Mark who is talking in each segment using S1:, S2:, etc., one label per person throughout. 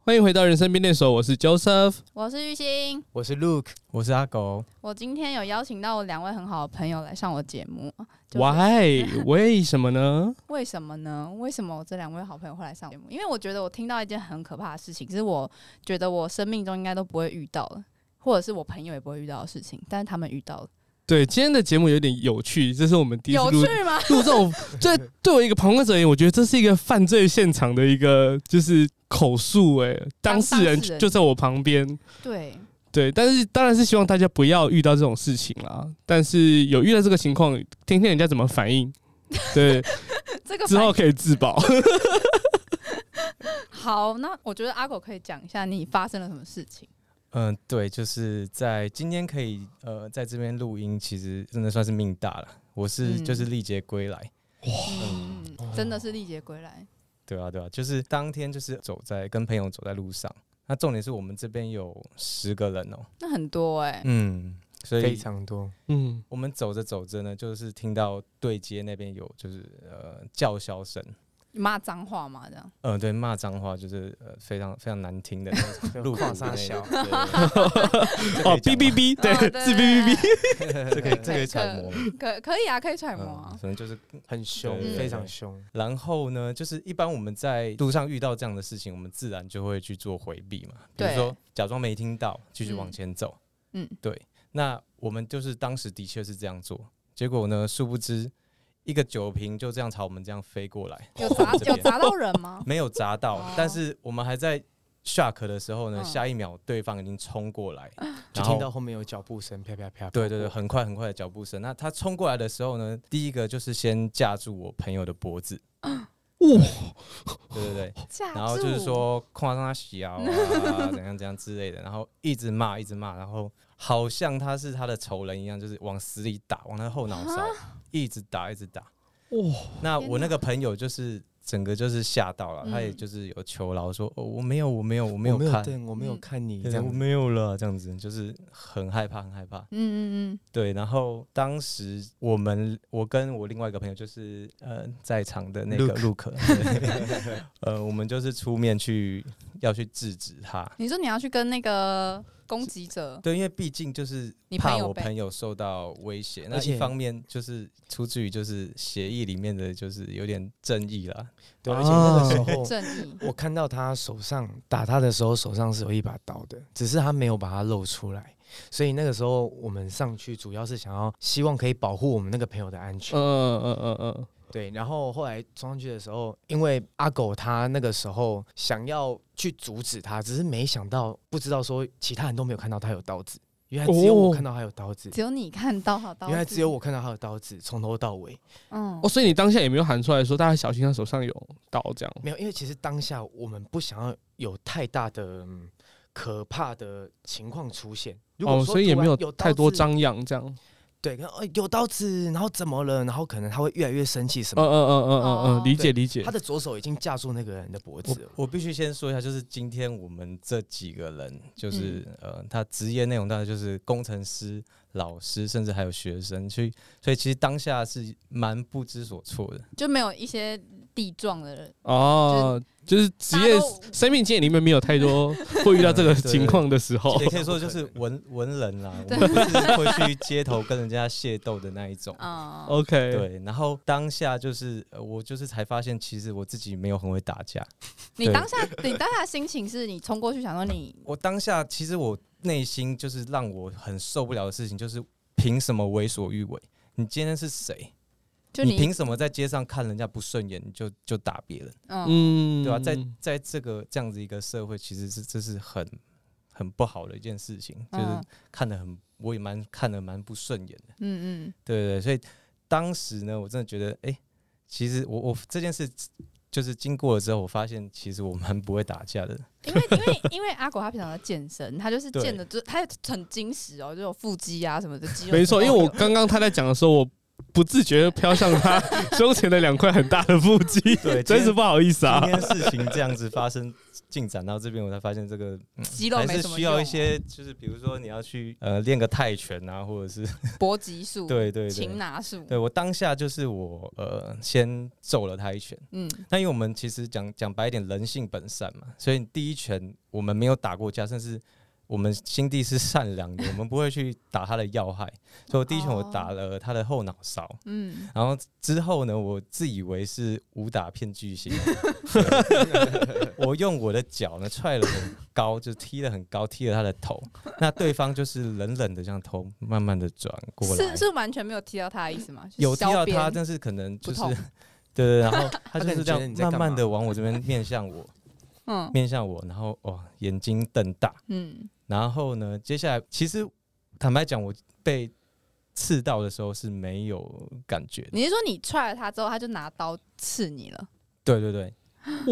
S1: 欢迎回到人生变电所，我是 Joseph。
S2: 我是玉兴，
S3: 我是 Luke，
S4: 我是阿狗，
S2: 我今天有邀请到我两位很好的朋友来上我节目。就是
S1: Why？为什么呢？
S2: 为什么呢？为什么我这两位好朋友会来上节目？因为我觉得我听到一件很可怕的事情，是我觉得我生命中应该都不会遇到的，或者是我朋友也不会遇到的事情，但是他们遇到了，
S1: 对，今天的节目有点有趣，这是我们第一次
S2: 有
S1: 录
S2: 趣吗？
S1: 录这种，这对我一个旁观者而言，我觉得这是一个犯罪现场的一个就是口述、哎，当
S2: 当
S1: 事人
S2: 当事人
S1: 就在我旁边，
S2: 对，
S1: 对，但是当然是希望大家不要遇到这种事情啦。但是有遇到这个情况，听听人家怎么反应，对，
S2: 这个
S1: 之
S2: 反
S1: 后可以自保。
S2: 好，那我觉得阿狗可以讲一下你发生了什么事情。
S4: 嗯、对，就是在今天可以呃在这边录音，其实真的算是命大了。我是、
S2: 嗯
S4: 就是历劫归来，
S2: 嗯，真的是历劫归来，
S4: 对啊对啊，就是当天就是走在跟朋友走在路上，那重点是我们这边有十个人哦、
S2: 那很多哎、
S4: 嗯，所
S3: 非
S4: 以
S3: 常多，
S1: 嗯，
S4: 我们走着走着呢，就是听到对街那边有就是呃叫嚣声，
S2: 你骂脏话嘛，这样
S4: 嗯、对，骂脏话就是呃非常非常难听的那种路
S3: 跨
S4: 况
S3: 沙小，
S1: 哦，哔哔哔，对，自哔哔哔，
S2: 哔，
S4: 这可以这可以揣摩吗，
S2: 可可以啊，可以揣摩
S4: 嗯，
S2: 啊
S4: 反，正就是
S3: 很凶
S2: 对，
S3: 非常凶，
S4: 然后呢，就是一般我们在路上遇到这样的事情，我们自然就会去做回避嘛，比如
S2: 对
S4: 说假装没听到，继续往
S2: 嗯
S4: 前走。
S2: 嗯
S4: 对。那我们就是当时的确是这样做，结果呢，殊不知一个酒瓶就这样朝我们这样飞过来，
S2: 有砸
S4: 往 我们这
S2: 有
S4: 边
S2: 砸到人 吗？
S4: 没有砸到
S2: 哦，
S4: 但是我们还在 shock 的时候呢，
S2: 嗯
S4: 下一秒对方已经冲过来，
S3: 就
S4: 然
S3: 听
S4: 后
S3: 到后面有脚步声，啪啪啪，
S4: 对对对，，很快很快的脚步声。那他冲过来的时候呢，第一个就是先架住我朋友的脖子。
S2: 嗯
S1: 哇，
S4: 对对对，
S2: 架
S4: 然后就是
S2: 住，
S4: 说夸张他小 啊，怎样怎样之类的，然后一直骂一直骂，然后好像他是他的仇人一样，就是往死里打，往他后脑勺一直打一直打。
S1: 哇，
S3: 哦
S4: 那
S2: 啊天
S4: 我
S2: 哪
S4: 那个朋友就是整个就是吓到了，
S2: 嗯
S4: 他也就是有求饶说、哦我没有我没有我没
S3: 我
S4: 有
S3: 没有
S4: 看，
S3: 看，我没有
S2: 嗯
S3: 看你
S4: 对
S3: 这样
S4: 我
S3: 子，
S4: 没有了这样子，就是很害怕很害怕。
S2: 嗯嗯
S4: 对，然后当时我们我跟我另外一个朋友就是呃在场的那个
S3: Luke
S4: 陆可， 对呃我们就是出面去要去制止他
S2: 嗯，，你说你要去跟那个攻击者，
S4: 对，因为毕竟就是
S2: 你
S4: 怕
S2: 朋友
S4: 我
S2: 被
S4: 朋友受到威胁，那
S3: 而
S4: 一
S3: 且
S4: 方面就是出自于就是协议里面的就是有点正义啦，
S3: 对，
S1: 啊
S3: 而且那个时
S4: 哦
S3: 候。
S2: 正义，
S3: 我看到他手上打他的时候，手上是有一把刀的，只是他没有把它露出来，所以那个时候我们上去主要是想要希望可以保护我们那个朋友的安全。
S1: 嗯嗯嗯嗯嗯，
S3: 对，然后后来冲上去的时候，因为阿狗他那个时候想要去阻止他，只是没想到不知道说其他人都没有看到他有刀子，原来只有
S1: 哦
S3: 我看到他有刀子，
S2: 只有你看到好刀子，
S3: 原来只有我，看到他有刀子，从头到尾
S2: 嗯
S1: 哦，，所以你当下也没有喊出来说，大家小心他手上有刀这样。
S3: 没有，因为其实当下我们不想要有太大的、嗯可怕的情况出现。如果
S1: 哦，
S3: 说
S1: 所以也
S3: 突
S1: 没
S3: 然
S1: 有
S3: 有
S1: 太多
S3: 张。
S1: 张扬这样。
S3: 对，然后、哎有刀子，然后怎么了？然后可能他会越来越生气什
S1: 嗯
S3: 么。
S1: 嗯嗯嗯嗯嗯，
S2: 哦
S1: 理解理解
S3: 他。的左手已经架住那个人的脖
S4: 我
S3: 子了。
S4: 我必须先说一下，就是今天我们这几个人，就是、呃，他职业内容大概就是工程师、老师，甚至还有学生，所以所以其实当下是蛮不知所措的。
S2: 就没有一些地状的人，
S1: 哦，就是职业
S2: 大家都
S1: 生命经验里面没有太 多会遇到这个
S4: 对对
S1: 情况的时候
S4: 也。可以说就是文文人啦，我们不是会去街头跟人家械斗的那 一种。
S2: 嗯，
S4: 哦
S1: OK，，
S4: 对，然后当下就是呃我就是才发现，其实我自己没有很会打架。
S2: 你
S4: 对
S2: 当下你当下心情是你冲过去想说你，
S4: 我当下其实我内心就是让我很受不了的事情，就是凭什么为所欲为？你今天是谁？
S2: 就
S4: 你凭什么在街上看人家不顺眼你就就打别人，
S2: 嗯，
S1: 嗯，
S4: 对
S3: 啊
S4: 吧、在在这个这样子一个社会，其实是这是很很不好的一件事情，就是
S2: 嗯
S4: 看得很，我也蛮看得蛮不顺眼的，
S2: 嗯嗯，
S4: 对对对，所以当时呢，我真的觉得，哎、其实我我这件事就是经过了之后，我发现其实我蛮不会打架 的，
S2: 因为因为因为阿狗他平常在健身，他就是
S4: 对
S2: 健的，就他很精实哦，就有腹肌啊什么的肌肉。
S1: 没错，因为我刚刚他在讲的时候，我不自觉地飘向他胸前的两块很大的腹 肌，
S4: 对
S1: 真是不好意思啊
S4: 今。天事情这样子发生进展到这边，我才发现这个嗯
S2: 肌肉
S4: 还
S2: 没
S4: 是
S2: 什么
S4: 需
S2: 用啊
S4: 要一些，就是比如说你要去呃练个泰拳啊，或者是
S2: 搏击术，
S4: 对对对
S2: 擒，拿术，
S4: 对我当下就是我呃先揍了他一拳。
S2: 嗯，
S4: 那因为我们其实讲讲白一点，人性本善嘛，所以第一拳我们没有打过架，甚至我们心地是善良的，我们不会去打他的要害。所以我第一拳我
S2: 哦
S4: 打了他的后脑勺，
S2: 嗯，
S4: 然后之后呢，我自以为是武打片 巨星，我用我的脚呢踹了很高，就踢了很高，踢了他的头。那对方就是冷冷的这样头慢慢的转过来，
S2: 是是完全没有踢到他的意思吗？就是
S4: 有踢到
S2: 削边
S4: 他，但是可能就
S2: 不
S4: 是
S2: 痛
S4: 对 对，对然后他
S3: 可
S4: 就
S3: 能
S4: 是这
S3: 觉得
S4: 样
S3: 你在
S4: 慢
S3: 干
S4: 慢
S3: 嘛
S4: 的往我这边面向我，
S2: 嗯
S4: 面向我，然后哇眼睛瞪大，
S2: 嗯，
S4: 然后呢，接下来其实坦白讲，我被刺到的时候是没有感觉的，
S2: 你是说你踹了他之后，他就拿刀刺你了？
S4: 对对对，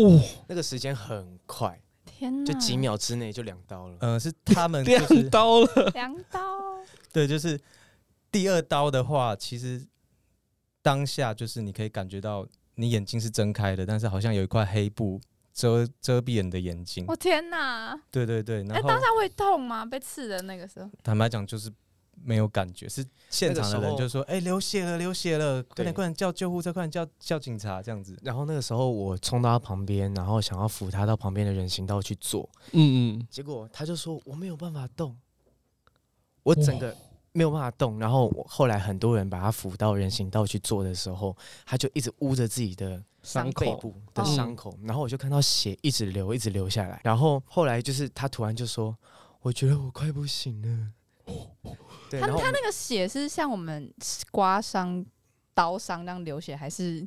S1: 哇，
S3: 那个时间很快，
S2: 天哪，
S3: 就几，秒之内就两刀了。
S4: 呃，是 他们就
S1: 亮
S4: 是
S1: 刀了，
S2: 两刀，
S4: 对，就是第二刀的话，其实当下就是你可以感觉到你眼睛是睁开的，但是好像有一块黑布遮遮蔽了你的眼睛
S2: 我。哦天哪！
S4: 对对对，然
S2: 哎，
S4: 后
S2: 当下会痛吗？被刺的那个时候，
S4: 坦白讲就是没有感觉，是 现场的
S3: 那个时
S4: 人
S3: 候
S4: 就说：“哎、流血了，流血了，快点
S3: 对
S4: 快点叫救护车，快点叫叫警察。”这样子。
S3: 然后那个时候我冲到他旁边，然后想要扶他到旁边的人行道去坐，
S1: 嗯嗯，
S3: 结果他就说我没有办法动，我整个没有办法动。然后我后来很多人把他扶到人行道去坐的时候，他就一直捂着自己的
S1: 伤
S3: 背
S1: 口
S3: 部的伤口，
S2: 嗯
S3: 然后我就看到血一直流，一直流下来。然后后来就是他突然就说：“我觉得我快不行了。”对，
S2: 哦他
S3: 然后
S2: 他那个血是像我们刮伤、刀伤那样流血，还是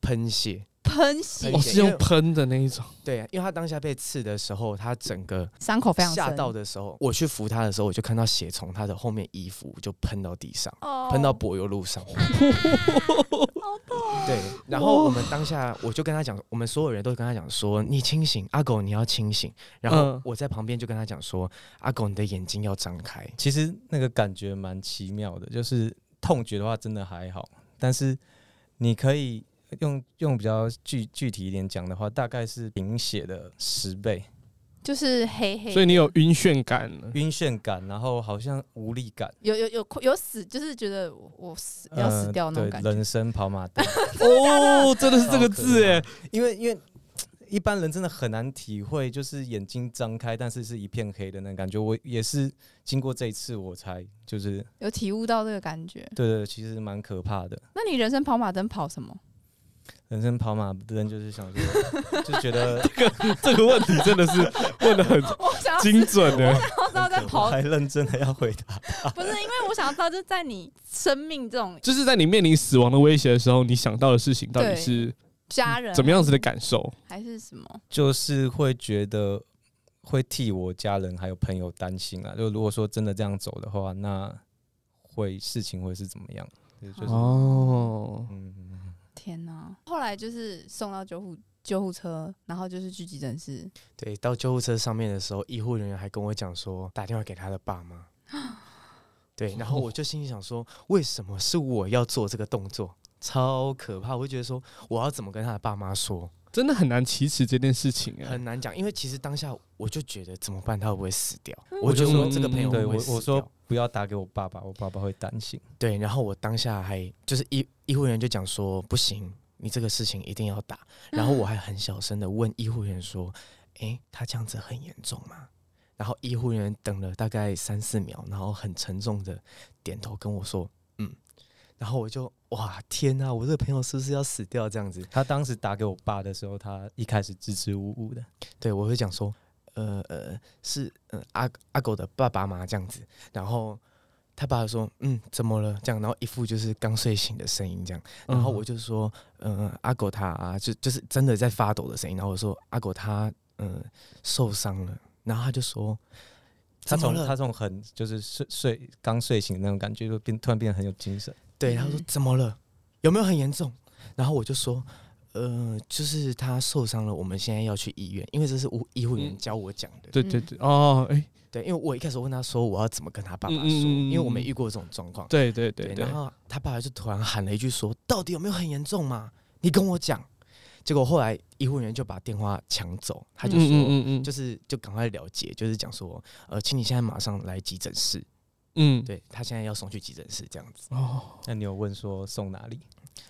S3: 喷血，
S2: 喷血
S3: 对
S1: 哦，
S3: 喷？
S1: 是用喷的那一种，
S3: 对，因为他当下被刺的时候，他整个
S2: 伤口非常
S3: 吓
S2: 深
S3: 到的时候，我去扶他的时候，我就看到血从他的后面衣服就喷到地上，
S2: 哦
S3: 喷到柏油路上。
S2: 好痛。
S3: 对，然后我们当下我就跟他讲，我们所有人都跟他讲说：“你清醒，阿狗你要清醒。”然后
S1: 嗯
S3: 我在旁边就跟他讲说：“阿狗，你的眼睛要张开。
S4: 其实那个感觉蛮奇妙的，就是痛觉的话真的还好，但是你可以用用比较具具体一点讲的话，大概是贫血的十倍，
S2: 就是黑黑的，
S1: 所以你有晕眩感了。
S4: 晕眩感，然后好像无力感，
S2: 有有有有死，就是觉得我我死
S4: 呃
S2: 要死掉那种感
S4: 对
S2: 觉。
S4: 人生跑马灯，
S1: 哦，真的是这个字哎，
S4: 因为因为。一般人真的很难体会，就是眼睛张开，但是是一片黑的那种感觉。我也是经过这一次，我才就是
S2: 有体悟到这个感觉。
S4: 对对，其实蛮可怕的。
S2: 那你人生跑马灯跑什么？
S4: 人生跑马灯就是想说， 就觉得
S1: 这个问题真 的是问的很
S2: 我想要
S1: 精准的。
S2: 知道在
S4: 我
S2: 跑，
S4: 还认真的要回答。
S2: 不是因为我想要知道，就是在你生命这种
S1: 就是在你面临死亡的威胁的时候，你想到的事情到底
S2: 对
S1: 是
S2: 家人
S1: 嗯怎么样子的感受？
S2: 还是什么？
S4: 就是会觉得会替我家人还有朋友担心啊。就如果说真的这样走的话，那会事情会是怎么样？对就是、
S2: 哦
S4: 嗯，
S2: 天哪、后来就是送到救护救护车，然后就是去急诊室。”
S3: 对，到救护车上面的时候，医护人员还跟我讲说打电话给他的爸 妈。对，然后我就心里想说，为什么是我要做这个动作？超可怕！我就觉得说，我要怎么跟他的爸妈说，
S1: 真的很难启齿这件事情
S4: 嗯
S1: 哎。
S3: 很难讲。因为其实当下我就觉得，怎么办？他会不会死掉？
S4: 嗯我
S3: 我就
S4: 就
S3: 说
S1: 问
S3: 这个朋友会
S4: 对
S3: 不
S4: 我
S3: 嗯会死
S4: 我
S3: 掉
S4: 说不要打给我爸爸，我爸爸会担心。
S3: 对，然后我当下还就是医医护人员就讲说不行，你这个事情一定要打。然后我还很小声的问医护人员说：“诶，他这样子很严重吗？”然后医护人员等了大概三四秒，然后很沉重的点头跟我说：“嗯。”然后我就哇天呐、我这个朋友是不是要死掉？这样子，
S4: 他当时打给我爸的时候，他一开始支支吾吾的，
S3: 对我会讲说：“呃呃，是呃阿阿狗的爸爸嘛这样子。”然后他爸爸说：“嗯，怎么了？”这样，然后一副就是刚睡醒的声音这样。然后我就说，嗯、阿狗他、啊、就就是真的在发抖的声音。然后我说，阿狗他嗯、呃受伤了。然后他就说，
S4: 他
S3: 怎
S4: 从
S3: 么了
S4: 他从很就是睡睡刚睡醒的那种感觉，就变突然变得很有精神。
S3: 对，他说
S2: 嗯
S3: 怎么了？有没有很严重？然后我就说，呃，就是他受伤了，我们现在要去医院，因为这是医医护人员
S1: 嗯
S3: 教我讲的。
S1: 对对对，哦，哎，
S3: 对，因为我一开始问他说我要怎么跟他爸爸
S1: 嗯
S3: 说，
S1: 嗯嗯嗯
S3: 因为我没遇过这种状况。
S1: 对对对对
S3: 然，后他爸爸就突然喊了一句说：“到底有没有很严重嘛？你跟我讲。”结果后来医护人员就把电话抢走，他就说：“
S1: 嗯
S3: 就是就赶快了解，就是讲说，呃，请你现在马上来急诊室。
S1: 嗯，
S3: 对他现在要送去急诊室这样子。
S1: 哦，
S4: 那你有问说送哪里？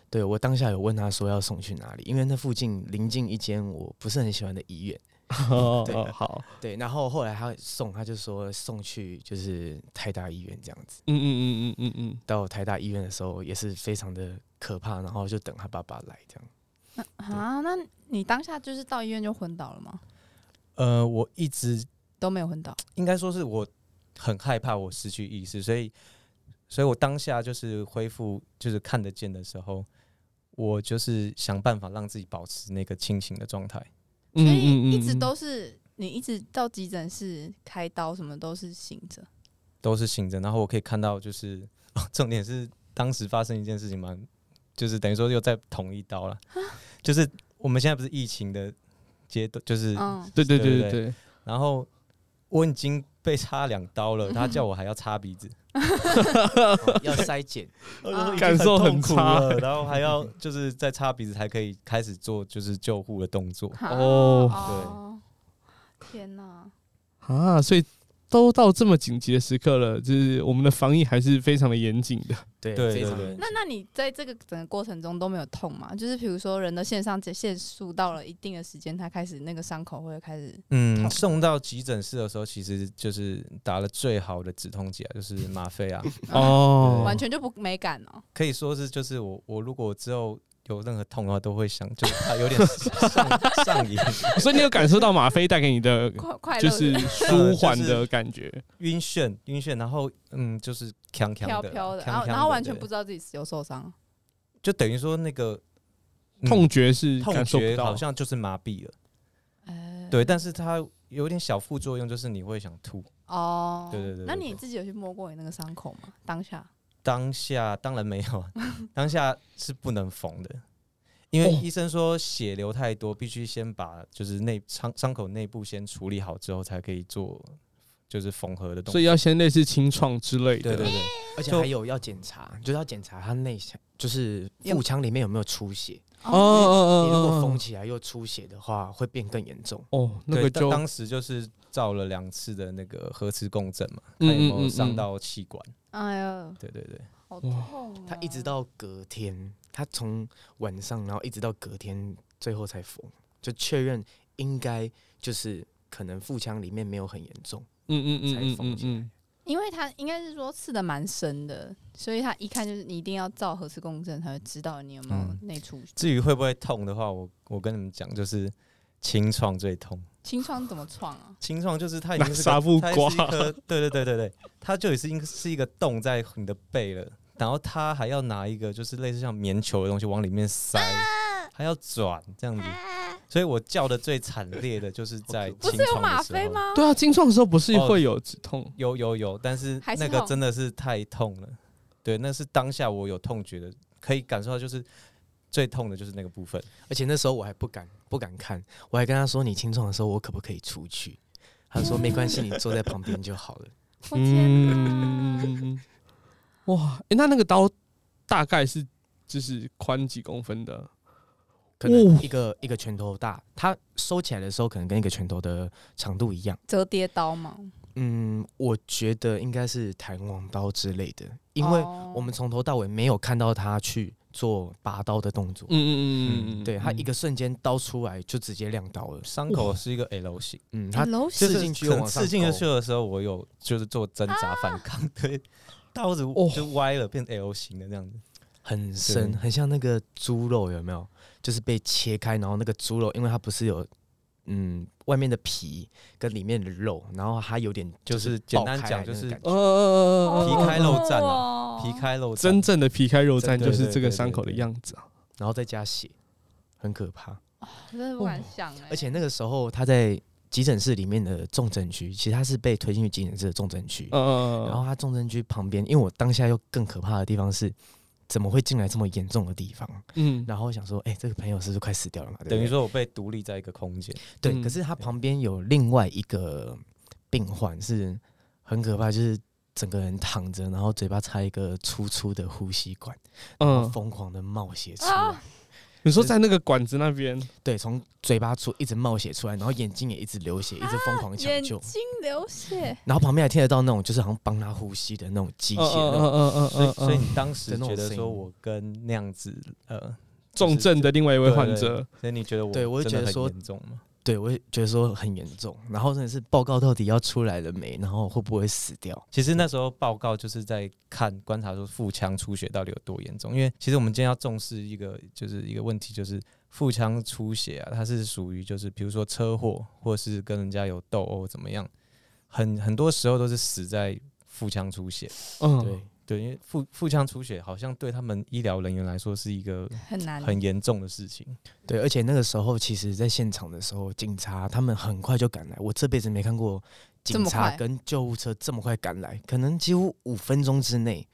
S3: 对我当下有问他说要送去哪里，因为那附近临近一间我不是很喜欢的医院。
S1: 哦
S3: 对
S1: 哦好，
S3: 对，然后后来他送，他就说送去就是台大医院这样子。
S1: 嗯嗯嗯嗯嗯嗯，
S3: 到台大医院的时候也是非常的可怕，然后就等他爸爸来这样。
S2: 那啊，那你当下就是到医院就昏倒了吗？
S4: 呃，我一直
S2: 都没有昏倒，
S4: 应该说是我很害怕我失去意识，所以，所以我当下就是恢复就是看得见的时候，我就是想办法让自己保持那个清醒的状态。
S2: 所
S1: 嗯
S2: 以
S1: 嗯
S2: 一直都是你一直到急诊室开刀什么都是醒着。
S4: 都是醒着，然后我可以看到，就是、哦、重点是当时发生一件事情嘛，就是等于说又再捅一刀了， 就是我们现在不是疫情的阶段，就是、
S2: 嗯，
S1: 对对
S4: 对
S1: 对对
S4: 对
S1: 对，
S4: 然后我已经被插两刀了，他叫我还要插鼻子，
S3: 哦 要筛检，
S2: 啊
S1: 感受很
S4: 痛苦
S1: 差
S4: 了，然后还要就是再插鼻子才可以开始做就是救护的动作，
S2: 哈
S1: 哦
S2: 哦，天哪！
S1: 啊，所以都到这么紧急的时刻了，就是我们的防疫还是非常的严谨的。
S3: 对
S4: 对
S3: 非
S4: 对
S3: 常
S4: 对
S2: 那那你在这个整个过程中都没有痛吗？就是比如说人的线上限速到了一定的时间，它开始那个伤口会开始
S4: 嗯，
S2: 痛
S4: 送到急诊室的时候，其实就是打了最好的止痛剂啊，就是吗啡 啊，
S1: 哦
S2: 完全就不没感哦。
S4: 可以说是就是我我如果之后有任何痛的话，都会想就是 它有点上上瘾，
S1: 所以你有感受到吗啡带给你的
S2: 快快乐
S1: 就是
S2: 的
S1: 舒缓的感觉，
S4: 晕眩晕眩，然后嗯就是强强
S2: 飘
S4: 的
S2: 飘的，
S4: 呛
S2: 然后
S4: 呛
S2: 然后完全
S4: 对
S2: 不知道自己有受伤。
S4: 就等于说那个、嗯
S1: 痛觉是
S4: 痛
S1: 感受不
S4: 觉
S1: 到，
S4: 好像就是麻痹了，
S3: 呃
S2: 哎
S4: 对，但是它有点小副作用，就是你会想吐。
S2: 哦，
S4: 对对对对
S2: 那
S4: 对
S2: 你自己有去摸过你那个伤口吗？当下
S4: 当下当然没有 啊，当下是不能缝的，因为
S1: 哦
S4: 医生说血流太多，必须先把就是内伤伤口内部先处理好之后，才可以做就是缝合的动作
S1: 所。以要先类似清创之类的。
S4: 对对对，
S3: 而且
S4: 就
S3: 还有要检查，就是要检查他内腔，就是腹腔里面有没有出血。
S1: 哦哦
S4: 嗯
S3: 你如果
S1: 哦
S3: 缝起来又出血的话，会变更严重。
S1: 哦哦，那
S4: 对，
S1: 个
S4: 当
S1: 就
S4: 当时就是照了两次的那个核磁共振嘛，
S1: 嗯
S4: 看有没
S1: 嗯嗯
S4: 有
S1: 嗯
S4: 伤到气管。
S2: 哎呦，
S4: 对对对，
S2: 好痛、哦！
S3: 他一直到隔天，他从晚上，然后一直到隔天，最后才缝，就确认应该就是可能腹腔里面没有很严重。
S1: 嗯嗯嗯嗯
S3: 才
S1: 嗯
S3: 缝起来
S1: 嗯，
S2: 因为他应该是说刺的蛮深的，所以他一看就是你一定要照核磁共振才会知道你有没有
S4: 嗯
S2: 内出血。
S4: 至于会不会痛的话，我我跟你们讲，就是清创最痛。
S2: 清创怎么创啊？
S4: 清创就是它已
S1: 拿
S4: 经是
S1: 纱布
S4: 个它
S1: 刮
S4: 是一颗，对对对对对，它就已经是一个洞在你的背了，然后它还要拿一个就是类似像棉球的东西往里面塞，还要转这样子。所以我叫的最惨烈的就是在
S3: 好可
S2: 嗯不
S4: 清
S2: 是有
S4: 创
S2: 吗
S4: 的时
S2: 啡
S4: 候。
S2: 吗？
S1: 对啊，清创的时候不是
S4: 哦
S1: 会有止痛？
S4: 有有有，但是
S2: 还是
S4: 那个
S2: 痛
S4: 真的是太痛了。对，那是当下我有痛觉的，可以感受到，就是最痛的就是那个部分。
S3: 而且那时候我还不敢不敢看，我还跟他说：“你清创的时候，我可不可以出去？”他说：“没关系，你坐在旁边就好了。
S2: 我天哪！
S1: 嗯，哇，诶那那个刀大概是就是宽几公分的？”
S3: 可能一个一个拳头大，他收起来的时候可能跟一个拳头的长度一样。
S2: 折叠刀吗？
S3: 嗯，我觉得应该是弹簧刀之类的，因为
S2: 哦
S3: 我们从头到尾没有看到他去做拔刀的动作。
S1: 嗯嗯嗯嗯嗯，
S3: 对他
S1: 嗯
S3: 一个瞬间刀出来就直接亮刀了，
S4: 伤口是一个 L 型，
S3: 嗯，他
S2: 哎楼
S4: 就
S3: 就
S4: 是
S3: 刺进
S4: 可
S3: 去又
S4: 能
S3: 往上
S4: 刺进去
S3: 勾
S4: 的时候，我有就是做挣
S3: 啊
S4: 扎反抗，对，刀子
S1: 哦
S4: 就歪了，变 L 型的那样子。
S3: 很深，
S4: 对
S3: 很像那个猪肉有没有？就是被切开，然后那个猪肉，因为它不是有嗯外面的皮跟里面的肉，然后它有点
S4: 就是
S3: 爆
S4: 简单
S3: 开
S4: 讲
S3: 来
S4: 就
S3: 那个
S4: 是哦
S3: 感觉
S1: 呃呃
S2: 哦
S1: 呃
S4: 皮
S1: 呃，
S4: 开肉绽
S2: 啊
S3: 哦
S4: 皮开肉绽
S1: 真正的皮开肉绽
S4: 真的
S1: 就是这个伤口的样子啊。
S3: 然后再加血，很可怕。
S2: 我真的不敢想哎、
S3: 而且那个时候他在急诊室里面的重症区，其实他是被推进去急诊室的重症
S4: 哦
S3: 区，
S1: 呃，
S3: 然后他重症区旁边，因为我当下又更可怕的地方是，怎么会进来这么严重的地方？
S1: 嗯，
S3: 然后我想说，哎、这个朋友是不是快死掉了嘛？对不对
S4: 等于说我被独立在一个空间，
S3: 对，
S1: 嗯
S3: 可是他旁边有另外一个病患是很可怕，就是整个人躺着，然后嘴巴插一个粗粗的呼吸管，然后
S1: 嗯，
S3: 疯狂的冒血出来。
S1: 啊你说在那个管子那边，
S3: 对，从嘴巴出一直冒血出来，然后眼睛也一直流血，一直疯狂
S1: 啊
S3: 抢
S2: 眼
S3: 救，
S2: 睛流血，
S3: 然后旁边还听得到那种就是好像帮他呼吸的那种机
S1: 嗯
S3: 械那种，
S1: 嗯
S4: 所以，所以你当
S3: 的
S4: 时
S3: 那种
S4: 觉得
S3: 声
S4: 说
S3: 音
S4: 我跟那样子，呃，
S1: 重症的另外一位患
S4: 对
S1: 者，，
S4: 对所以你觉得我
S3: 对我就
S4: 真的
S3: 觉得
S4: 很
S3: 说
S4: 严重吗？
S3: 对我也觉得说很严重。然后真的是报告到底要出来了没，然后会不会死掉？
S4: 其实那时候报告就是在看观察说腹腔出血到底有多严重，因为其实我们今天要重视一个就是一个问题，就是腹腔出血啊，它是属于就是比如说车祸或是跟人家有斗殴怎么样，很很多时候都是死在腹腔出血。
S1: 嗯，
S3: 对，
S4: 对，因为腹腹腔出血好像对他们医疗人员来说是一个
S2: 很难。
S4: 很严重的事情。
S3: 对，而且那个时候，其实在现场的时候，警察他们很快就赶来，我这辈子没看过
S2: 这
S3: 警
S2: 么
S3: 察
S2: 快
S3: 跟救护车这么快赶来，可能几乎五分钟之内，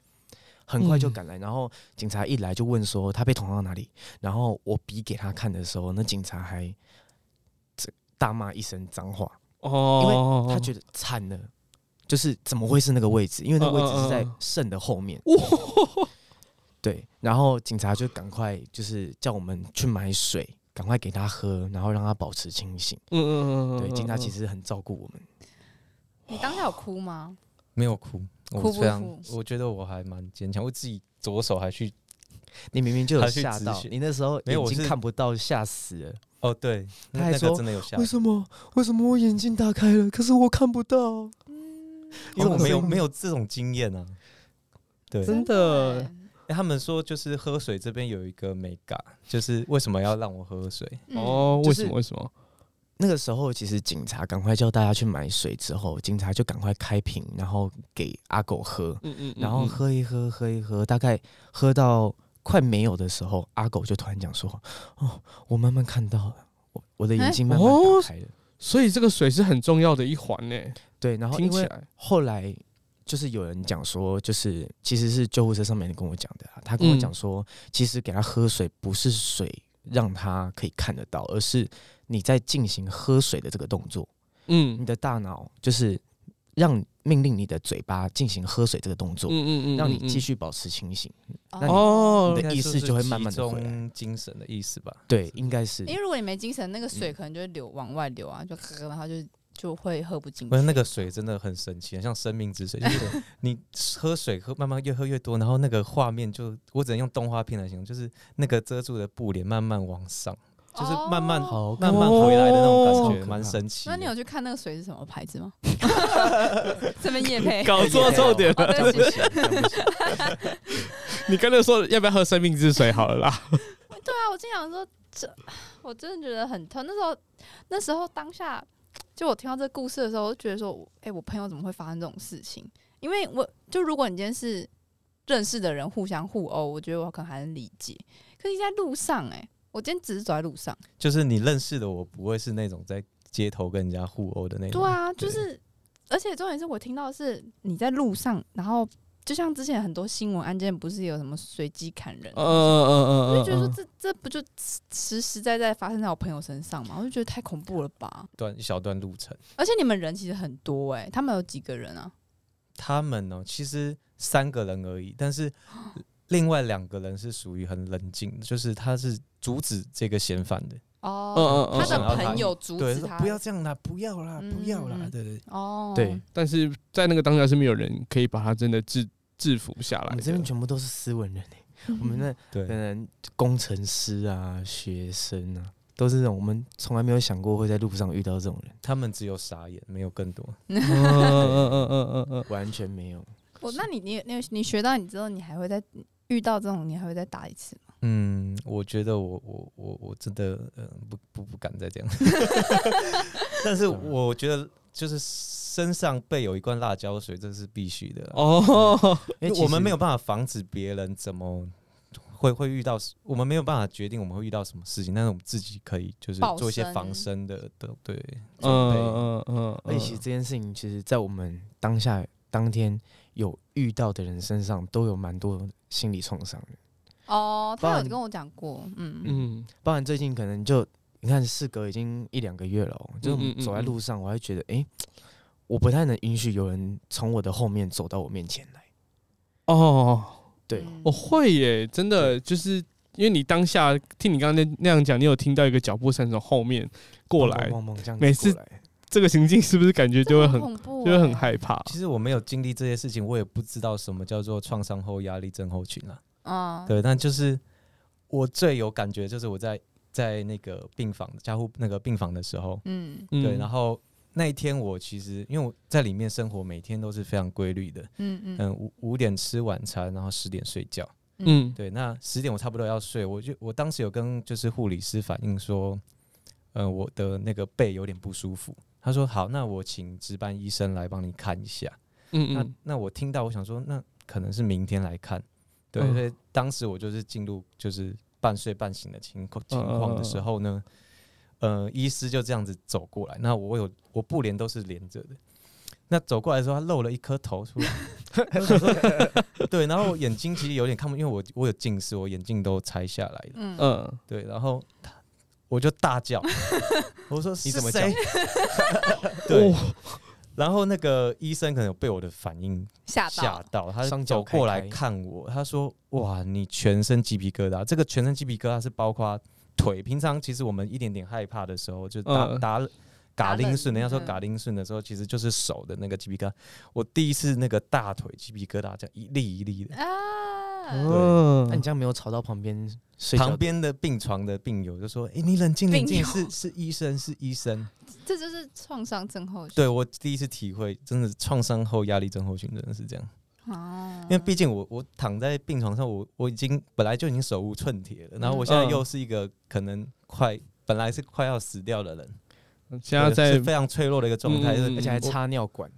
S3: 很快就
S1: 嗯
S3: 赶来。然后警察一来就问说他被捅到哪里，然后我比给他看的时候，那警察还这大骂一声脏话，
S1: 哦，
S3: 他觉得惨了，就是怎么会是那个位置？因为那个位置是
S1: 嗯嗯
S3: 在
S1: 嗯嗯
S3: 肾的后面。
S1: 哇，
S3: 对，然后警察就赶快就是叫我们去买水，赶快给他喝，然后让他保持清醒。
S1: 嗯嗯嗯，
S3: 对，警察其
S1: 实
S3: 实很照顾我们。
S2: 你当下有哭吗？
S4: 没有哭，我
S2: 哭不
S4: 非常
S2: 哭，
S4: 我觉得我还蛮坚强，我自己左手还去
S3: 你明明就有
S4: 他去
S3: 吓
S4: 咨
S3: 到，
S4: 询
S3: 你那时候
S4: 没有
S3: 眼
S4: 我
S3: 睛
S4: 是
S3: 看不到，吓死了。
S4: 哦，对，那
S3: 他还
S4: 那
S3: 说
S4: 个真的有吓到，
S3: 为什么？为什么我眼睛打开了，可是我看不到？
S4: 因为我没有
S3: 好可惜
S4: 没有哦这种经验啊。对，
S1: 真的
S2: 耶，
S4: 欸他们说就是喝水这边有一个美感，就是为什么要让我喝水？
S2: 嗯，
S1: 哦，为
S3: 就
S1: 什
S3: 是
S1: 么为什么？
S3: 那个时候，其实警察赶快叫大家去买水之后，警察就赶快开瓶，然后给阿狗喝。
S1: 嗯嗯，
S3: 然后喝一喝，喝一喝，大概喝到快没有的时候，阿狗就突然讲说：“哦，我慢慢看到了，我我的眼睛慢慢
S1: 哦
S3: 打开了。
S1: 所以这个水是很重要的一环呢、
S3: 对，然后
S1: 听
S3: 因
S1: 起
S3: 为
S1: 来，
S3: 后来就是有人讲说，就是其实是救护车上面跟我讲的、啊，他跟我
S1: 嗯
S3: 讲说，其实给他喝水不是水让他可以看得到，而是你在进行喝水的这个动作，你
S1: 嗯
S3: 的大脑就是让命令你的嘴巴进行喝水这个动作，
S1: 嗯嗯嗯，
S3: 让你继
S1: 续
S3: 续保持清醒。
S2: 哦
S3: 那你
S1: 哦
S3: 你，的
S4: 应该
S3: 意
S4: 说
S3: 识
S4: 是
S3: 就会慢慢
S4: 集
S3: 地回来
S4: 中精神的意思吧？
S3: 对，应该是
S2: 因为如果你没精神，那个水可能就会流往外流啊，就咳咳然后就就会喝不进
S4: 不
S2: 去。
S4: 是那个水真的很神奇，很像生命之水，就是你喝水喝慢慢越喝越多，然后那个画面就我只能用动画片来形容，就是那个遮住的布帘慢慢往上，就是慢慢
S2: 哦
S3: 好
S4: 慢慢回来的那种感
S3: 哦
S4: 觉，蛮神奇的。
S2: 那你有去看那个水是什么牌子吗？这边叶配，
S1: 搞错重点
S2: 哦
S1: 了。
S2: 对不起，
S1: 你刚才说要不要喝生命之水好了啦？
S2: 对啊，我经常说这，我真的觉得很痛。那时候，那时候当下，就我听到这故事的时候，我就觉得说，哎、我朋友怎么会发生这种事情？因为我就如果你今天是认识的人互相互殴，我觉得我可能还能理解。可是你在路上、哎，我今天只是走在路上，
S1: 哎
S4: 就是你认识的我不会是那种在街头跟人家互殴的那种。
S2: 对啊，就是，而且重点是我听到的是你在路上，然后就像之前很多新闻案件，不是有什么随机砍人，
S1: 嗯嗯嗯
S2: 我就
S1: 嗯
S2: 觉得说
S1: 嗯，
S2: 这这不就实实在在发生在我朋友身上嘛？我就觉得太恐怖了吧！
S4: 段一小段路程。
S2: 而且你们人其实很多哎、他们有几个人啊？
S4: 他们哦，其实三个人而已，但是
S2: 哦
S4: 另外两个人是属于很冷静的，就是他是阻止这个嫌犯的，
S2: 哦
S1: 嗯嗯嗯
S2: 他
S1: 想
S2: 的
S1: 要
S4: 他
S2: 朋友阻
S4: 对，
S2: 止
S4: 说
S2: 他，
S4: 不要这样啦，不要啦，
S2: 嗯
S4: 不要啦，
S2: 嗯
S4: 对对。对
S2: 哦，
S3: 对，
S1: 但是在那个当下是没有人可以把他真的制制服下来
S3: 我
S1: 的。
S3: 们这边全部都是斯文人、欸、
S2: 嗯
S3: 我们 那
S4: 对
S3: 可能工程师啊、学生啊，都是这种我们从来没有想过会在路上遇到这种人，
S4: 他们只有傻眼，没有更多。
S1: 嗯嗯嗯嗯嗯嗯，
S3: 完全没有。
S2: 我哦那你你你你学到你之后，你还会再遇到这种，你还会再打一次吗？
S4: 嗯，我觉得我我我我真的嗯、呃不不不敢再这样，但是我觉得就是身上备有一罐辣椒水，这是必须的啦。啊
S1: 哦，
S3: 因
S4: 因
S3: 为
S4: 为
S3: 其
S4: 我们没
S3: 实
S4: 有办法防止别人怎么会会遇到，我们没有办法决定我们会遇到什么事情，但是我们自己可以就是
S2: 保
S4: 做一些
S2: 身
S4: 防身的的对
S1: 嗯嗯嗯，
S3: 而且其实这件事情，其实在我们当下当天有遇到的人身上，都有蛮多心理创伤的。
S2: 哦，
S3: 不
S2: 他有
S3: 然
S2: 跟我讲过，嗯，
S1: 嗯
S3: 包含最近可能就你看，事隔已经一两个月了哦、就
S1: 嗯嗯嗯
S3: 走在
S1: 嗯
S3: 路上，我还觉得哎、诶我不太能允许有人从我的后面走到我面前来。
S1: 哦，
S3: 对，
S2: 嗯
S1: 我会耶，真的就是因为你当下听你刚才那样讲，你有听到一个脚步声从后面过来，
S3: 汪汪这样子
S1: 每次
S3: 过来
S1: 这个行径是不是感觉就会
S2: 这
S1: 很
S2: 恐怖、
S1: 就会很。害怕？
S4: 其实我没有经历这些事情，我也不知道什么叫做创伤后压力症候群啦。
S2: 嗯，
S4: 对，但就是我最有感觉，就是我在在那个病房加护那个病房的时候，
S2: 嗯
S1: 嗯
S4: 对，然后那一天我其实因为我在里面生活，每天都是非常规律的，
S2: 嗯嗯
S4: 嗯，五五点吃晚餐，然后十点睡觉。
S1: 嗯
S4: 对，那十点我差不多要睡，我就我当时有跟就是护理师反映说，呃，我的那个背有点不舒服。他说好，那我请值班医生来帮你看一下。
S1: 嗯
S4: 那
S1: 嗯，
S4: 那我听到，我想说，那可能是明天来看。对，
S1: 嗯
S4: 所以当时我就是进入就是半睡半醒的情况情况
S3: 嗯
S4: 的时候呢，呃，医师就这样子走过来，那我有我布帘都是连着的。那走过来的时候，他露了一颗头出来， 我想说对，然后我眼睛其实有点看不，因为我我有近视，我眼镜都拆下来了，
S2: 嗯嗯，
S1: 嗯，
S4: 对，然后他我就大叫， 我说
S3: 你怎么哦
S4: 是谁？ 对，然后那个医生可能有被我的反应
S2: 吓
S4: 吓
S2: 到，
S4: 到，他
S3: 双
S4: 走
S3: 脚
S4: 过
S3: 开
S4: 来
S3: 开
S4: 看我，他说：“哇，你全身鸡皮疙瘩。”这个全身鸡皮疙瘩是包括腿。平常其实我们一点点害怕的时候，就打、
S1: 嗯
S4: 打
S2: 打
S4: 嘎
S2: 冷
S4: 铃顺，人家说
S2: 嗯
S4: 嘎铃顺的时候，其实就是手的那个鸡皮疙瘩。我第一次那个大腿鸡皮疙瘩，这样一粒一粒的。
S2: 啊，
S3: 那、
S1: 嗯
S3: 你，这样没有吵到旁边睡觉的
S4: 旁边的病床的病友就说：“哎、你冷静
S2: 病
S4: 冷静，
S2: 友
S4: 是是医生，是医生。
S2: 这就是创伤症候群。
S4: 对我第一次体会，真的创伤后压力症候群真的是这样。
S2: 哦，
S4: 因为毕竟我我躺在病床上，我我已经本来就已经手无寸铁了，然后我现在
S1: 嗯
S4: 又是一个可能快本来是快要死掉的人，
S1: 现啊在
S4: 对
S1: 在
S4: 是非常脆弱的一个状态，
S1: 嗯
S3: 而且还插尿管，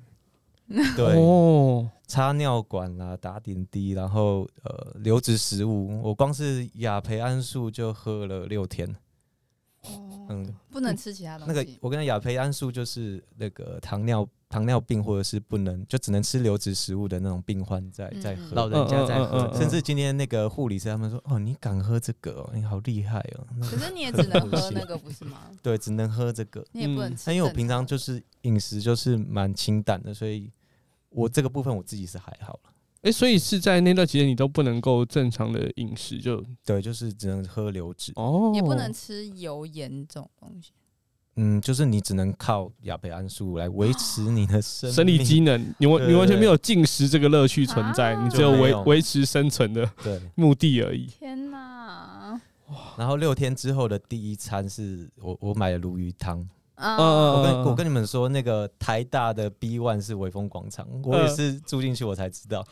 S4: 嗯对，
S1: 哦，
S4: 插尿管啦、打点滴，然后呃流质食物，我光是亚培安素就喝了六天，
S2: 哦
S4: 嗯，
S2: 不能吃其他东
S4: 那个
S2: 西。
S4: 我跟亚培安素就是那个糖尿糖尿病或者是不能就只能吃流质食物的那种病患在
S2: 嗯
S4: 在
S2: 嗯
S4: 喝，
S3: 老人家在喝
S1: 嗯嗯嗯嗯
S3: 的，
S4: 甚至今天那个护理师他们说，哦，你敢喝这个、哦，你好厉害哦。那
S2: 可是你也只能喝那个，不是吗？
S4: 对，只能喝这个。
S2: 你也不能吃正常的。
S4: 那因为我平常就是饮食就是蛮清淡的，所以我这个部分我自己是还好了。
S1: 哎，所以是在那段期间你都不能够正常的饮食，就
S4: 对，就是只能喝流质，
S1: 哦，
S2: 也不能吃油盐这种东西。
S4: 嗯，就是你只能靠亚培安素来维持你的生
S1: 生理
S4: 命
S1: 机能，你完
S4: 对
S1: 你
S4: 对
S1: 完全
S4: 对
S1: 没有进食这个乐趣存在，
S2: 啊
S1: 你只有维
S4: 就没有
S1: 维持生存的
S4: 对。
S1: 目的而已。
S2: 天哪！
S4: 然后六天之后的第一餐是我我买了鲈鱼汤。
S2: 啊
S4: 我跟
S1: 嗯
S4: 我跟你们说，那个台大的 B One 是威风广场，我
S1: 嗯
S4: 也是住进去我才知 道。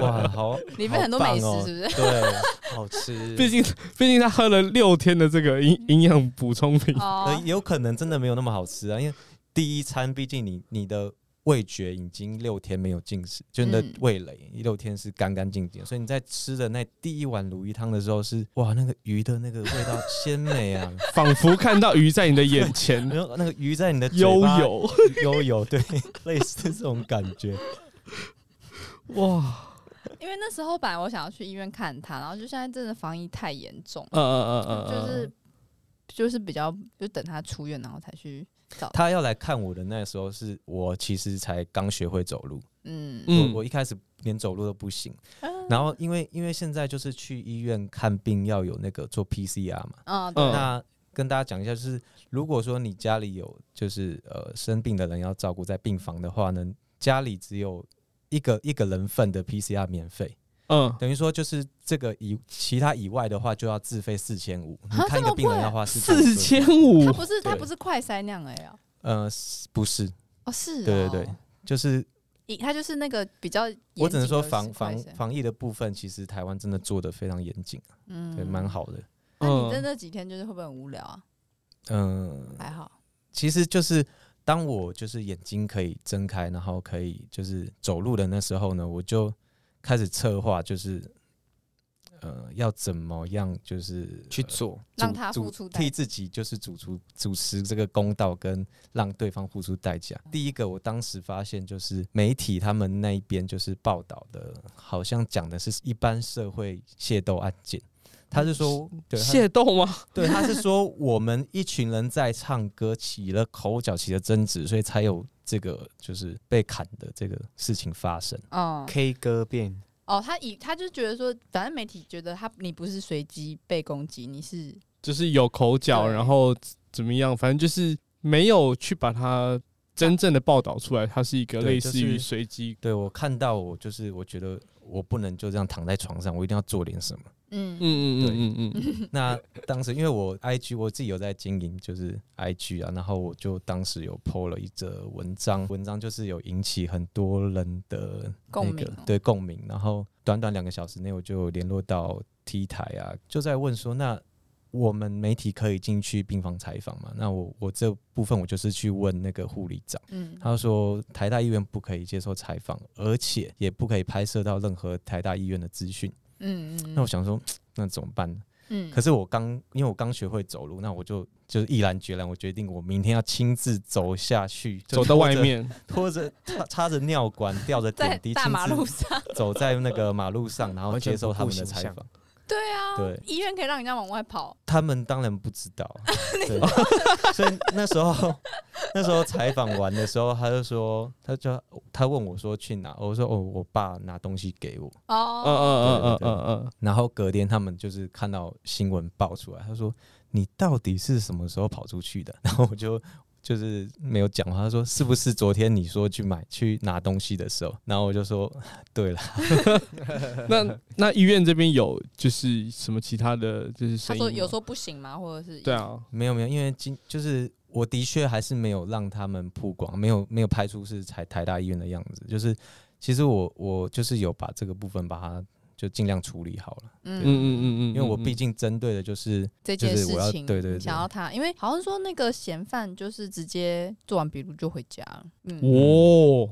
S4: 哇，好
S2: 里面很多美食
S4: 好棒哦
S2: 是不 是？
S4: 对。
S3: 好吃。
S1: 毕竟毕竟他喝了六天的这个营营养补充品，
S4: 呃，
S2: 嗯哦，
S4: 有可能真的没有那么好吃啊，因为第一餐毕竟你你的味觉已经六天没有进食，就你的
S2: 嗯
S4: 味蕾六天是干干净净的，所以你在吃的那第一碗鲈鱼汤的时候是哇，那个鱼的那个味道鲜 美啊，
S1: 仿佛看到鱼在你的眼前
S4: 没有那个鱼在你的 嘴
S1: 悠
S4: 巴
S1: 游。
S4: 悠游，对，类似这种感觉。
S1: 哇，
S2: 因为那时候本来我想要去医院看他，然后就现在真的防疫太严重，
S1: 嗯
S4: 呃
S1: 嗯嗯嗯，嗯
S2: 就是就是比较就等他出院，然后才去找。
S4: 他要来看我的那时候是我其实才刚学会走路，
S2: 嗯
S1: 嗯啊
S4: 我我一开始连走路都不行，然后因为因为现在就是去医院看病要有那个做 PCR 嘛。
S2: 嗯
S1: 嗯
S4: 那跟大家讲一下，就是如果说你家里有就是呃生病的人要照顾在病房的话呢，家里只有一个一个人份的 PCR 免费，
S1: 嗯
S4: 等于说就是这个以其他以外的话就要自费四千五。你
S2: 啊
S4: 看一
S2: 这
S4: 个
S2: 么
S4: 病人
S2: 贵啊
S4: 要花4500
S1: 四，千五
S2: 他，不是他
S4: 对
S2: 不是快筛那样而已哦，
S4: 呃，是不是，
S2: 哦是哦，
S4: 对对对，就是
S2: 一他就是那个比较严谨的啊快
S4: 我
S2: 筛，
S4: 只能说防防防疫的部分，其实台湾真的做的非常严谨，
S2: 嗯
S4: 对，蛮。好的。
S2: 那你在
S1: 嗯
S2: 那几天就是会不会很无聊啊？
S4: 嗯、
S2: 还好，
S4: 其实就是当我就是眼睛可以睁开，然后可以就是走路的那时候呢，我就开始策划，就是呃要怎么样就是
S3: 去做，
S4: 主
S2: 让他付
S4: 主
S2: 出代价
S4: 替自己就是主出主持这个公道，跟让对方付出代价。第一个，我当时发现就是媒体他们那一边就是报道的，好像讲的是一般社会械斗案件，他是说，对，他
S1: 械斗吗？
S4: 对，他是说我们一群人在唱歌，起了口角，起了争执，所以才有这个就是被砍的这个事情发生。
S2: 哦
S3: K 歌变
S2: 哦，他以他就觉得说，反正媒体觉得他你不是随机被攻击，你是
S1: 就是有口角，
S2: 对
S1: 然后怎么样？反正就是没有去把它真正的报道出来，它是一个
S4: 对
S1: 类
S4: 就
S1: 似于
S4: 是
S1: 随机。
S4: 对我看到我就是我觉得我不能就这样躺在床上，我一定要做点 什么。
S2: 嗯
S1: 嗯嗯嗯嗯嗯，
S4: 那当时因为我 IG 我自己有在经营，就是 IG 啊，然后我就当时有 PO 了一则文章，文章就是有引起很多人的、那
S2: 共
S4: 个、
S2: 鸣哦
S4: 对共鸣。然后短短两个小时内，我就联络到 T 台啊，就在问说，那我们媒体可以进去病房采访嘛？那我我这部分我就是去问那个护理长。
S2: 嗯
S4: 他说，台大医院不可以接受采访，而且也不可以拍摄到任何台大医院的资讯。
S2: 嗯嗯，
S4: 那我想说，那怎么办呢？
S2: 嗯，
S4: 可是我刚，因为我刚学会走路，那我就就是毅然决然，我决定我明天要亲自走下去，
S1: 走
S4: 就
S1: 到
S4: 拖着
S1: 外，面，
S4: 拖着插插着尿管，吊着
S2: 在
S4: 点滴，
S2: 大
S4: 亲
S2: 马
S4: 自
S2: 路 上，
S4: 走在那个马路上，然后
S3: 完全
S4: 接受
S3: 不顾
S4: 他们的
S3: 形
S4: 采
S3: 象
S4: 访。
S2: 对啊，
S4: 对
S2: 医院可以让人家往外跑，
S4: 他们当然不知道，对，所以那时候那时候采访完的时候，他就说，他就他问我说去哪，我说哦，我爸拿东西给我，
S1: 嗯
S2: 哦，
S1: 嗯嗯嗯
S4: 对对对
S1: 嗯
S4: 然后隔天他们就是看到新闻爆出来，他说：“你到底是什么时候跑出去的？” 然后我就就是没有讲话。他说：“是不是昨天你说去买去拿东西的时候？”然后我就说：“对了。
S1: 嗯。那那医院这边有就是什么其他的就是声
S2: 他
S1: 音
S2: 说
S1: 吗？
S2: 有说不行吗？或者是
S1: 对，啊”，
S4: 没有没有，因为今就是我的确还是没有让他们曝光，没有没有拍出是台台大医院的样子。就是其实我我就是有把这个部分把它就尽量处理好了，
S1: 嗯
S2: 嗯
S1: 嗯嗯嗯，
S4: 因为我
S1: 嗯
S4: 毕竟针对的就是
S2: 这
S4: 就
S2: 件
S4: 是
S2: 事
S4: 我要
S2: 情，
S4: 对对对
S2: 想要他，因为好像说那个嫌犯就是直接做完笔录就回家了，嗯，
S1: 哦，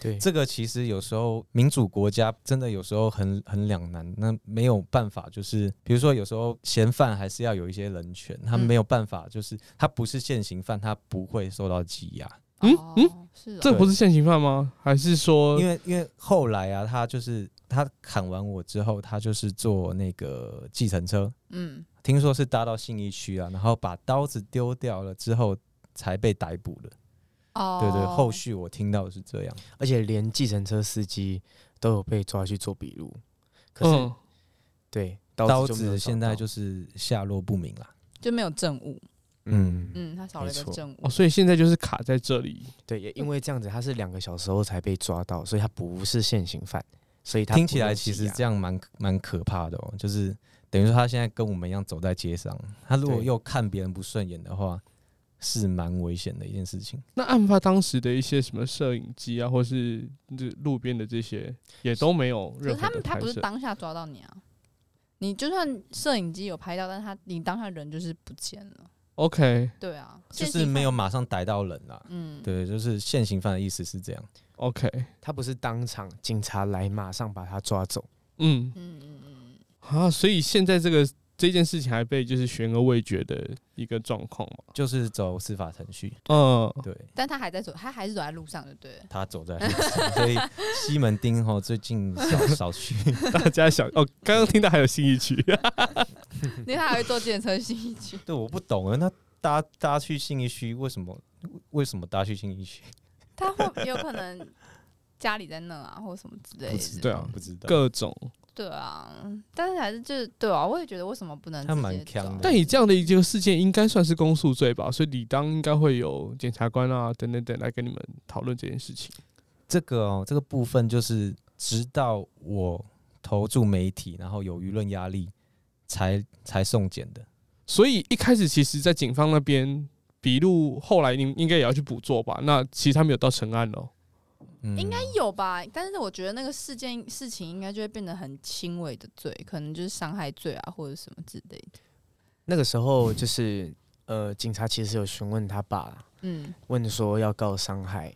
S3: 对
S4: 这个其实有时候民主国家真的有时候很很两难，那没有办法，就是比如说有时候嫌犯还是要有一些人权，他
S2: 嗯
S4: 没有办法，就是他不是现行犯，他不会受到羁押，
S1: 嗯
S2: 哦是哦
S1: 这不是现行犯吗？还是说
S4: 因为因为后来啊，他就是他砍完我之后，他就是坐那个计程车，
S2: 嗯，
S4: 听说是搭到信义区啊，然后把刀子丢掉了之后才被逮捕的，
S2: 哦，
S4: 对对，后续我听到的是这样，
S3: 而且连计程车司机都有被抓去做笔录，可是、
S1: 嗯
S3: 对
S4: 刀
S3: 刀就没有
S4: 子
S3: 找
S4: 现在
S3: 到
S4: 就是下落不明啦。
S2: 就没有证物，
S3: 嗯
S2: 嗯，他少了一个
S3: 没错
S2: 证物
S1: 哦，，所以现在就是卡在这里，
S3: 对，也因为这样子，他是两个小时后才被抓到，所以他不是现行犯，所以他
S4: 听
S3: 不
S4: 起来
S3: 用啊
S4: 其
S3: 羁
S4: 实
S3: 押
S4: 这样蛮蛮可怕的哦，就是等于说他现在跟我们一样走在街上，他如果
S3: 对
S4: 又看别人不顺眼的话，是蛮危险的一件事情。
S1: 那案发当时的一些什么摄影机啊，或是这路边的这些，也都没有
S2: 可
S1: 任
S2: 是
S1: 何
S2: 他
S1: 的
S2: 们他
S1: 拍
S2: 不是
S1: 摄。
S2: 当下抓到你啊，你就算摄影机有拍到，但是他你当下人就是不见了，
S1: OK
S2: 对啊，
S4: 就
S2: 现行
S4: 是
S2: 犯
S4: 没有，马上逮到人啦。
S2: 嗯，
S4: 对，就是现行犯的意思是这样。
S1: OK，
S3: 啊他不是当场警察来马上把他抓走，
S1: 嗯
S2: 嗯嗯嗯
S1: 啊，所以现在这个这件事情还被就是悬而未决的一个状况嘛。
S4: 就是走司法程序，
S1: 嗯，
S4: 对
S2: 但他还在走，他还是走在路上，对不 对了？
S4: 他走在路上，所以西门町吼最近少少去，
S1: 大家想哦，刚刚听到还有新一 区，
S2: 因为他还会坐电车进一区，
S4: 对，我不懂啊，那大家大家去信义区为什么？为什么大家去信义区？
S2: 他会有可能家里在那啊，或什么之类
S4: 不知
S2: 的，
S1: 对
S4: 道
S1: 啊，
S4: 不知道。
S1: 各种。
S2: 对啊，但是还是就是对啊，我也觉得为什么不能
S4: 他蛮
S2: 直接
S4: 强
S2: 走
S4: 的
S1: 但以这样的一个事件，应该算是公诉罪吧，所以理当应该会有检察官啊等等等来跟你们讨论这件事情。
S4: 这个哦，这个部分就是直到我投注媒体，然后有舆论压力，才才送检的。
S1: 所以一开始其实，在警方那边笔录，后来应应该也要去补做吧？那其实他们有到成案了。
S4: 嗯
S2: 应该有吧，但是我觉得那个事件事情应该就会变得很轻微的罪，可能就是伤害罪啊，或者什么之类的。
S3: 那个时候就是呃，警察其实有询问他爸，
S2: 嗯
S3: 问说要告伤害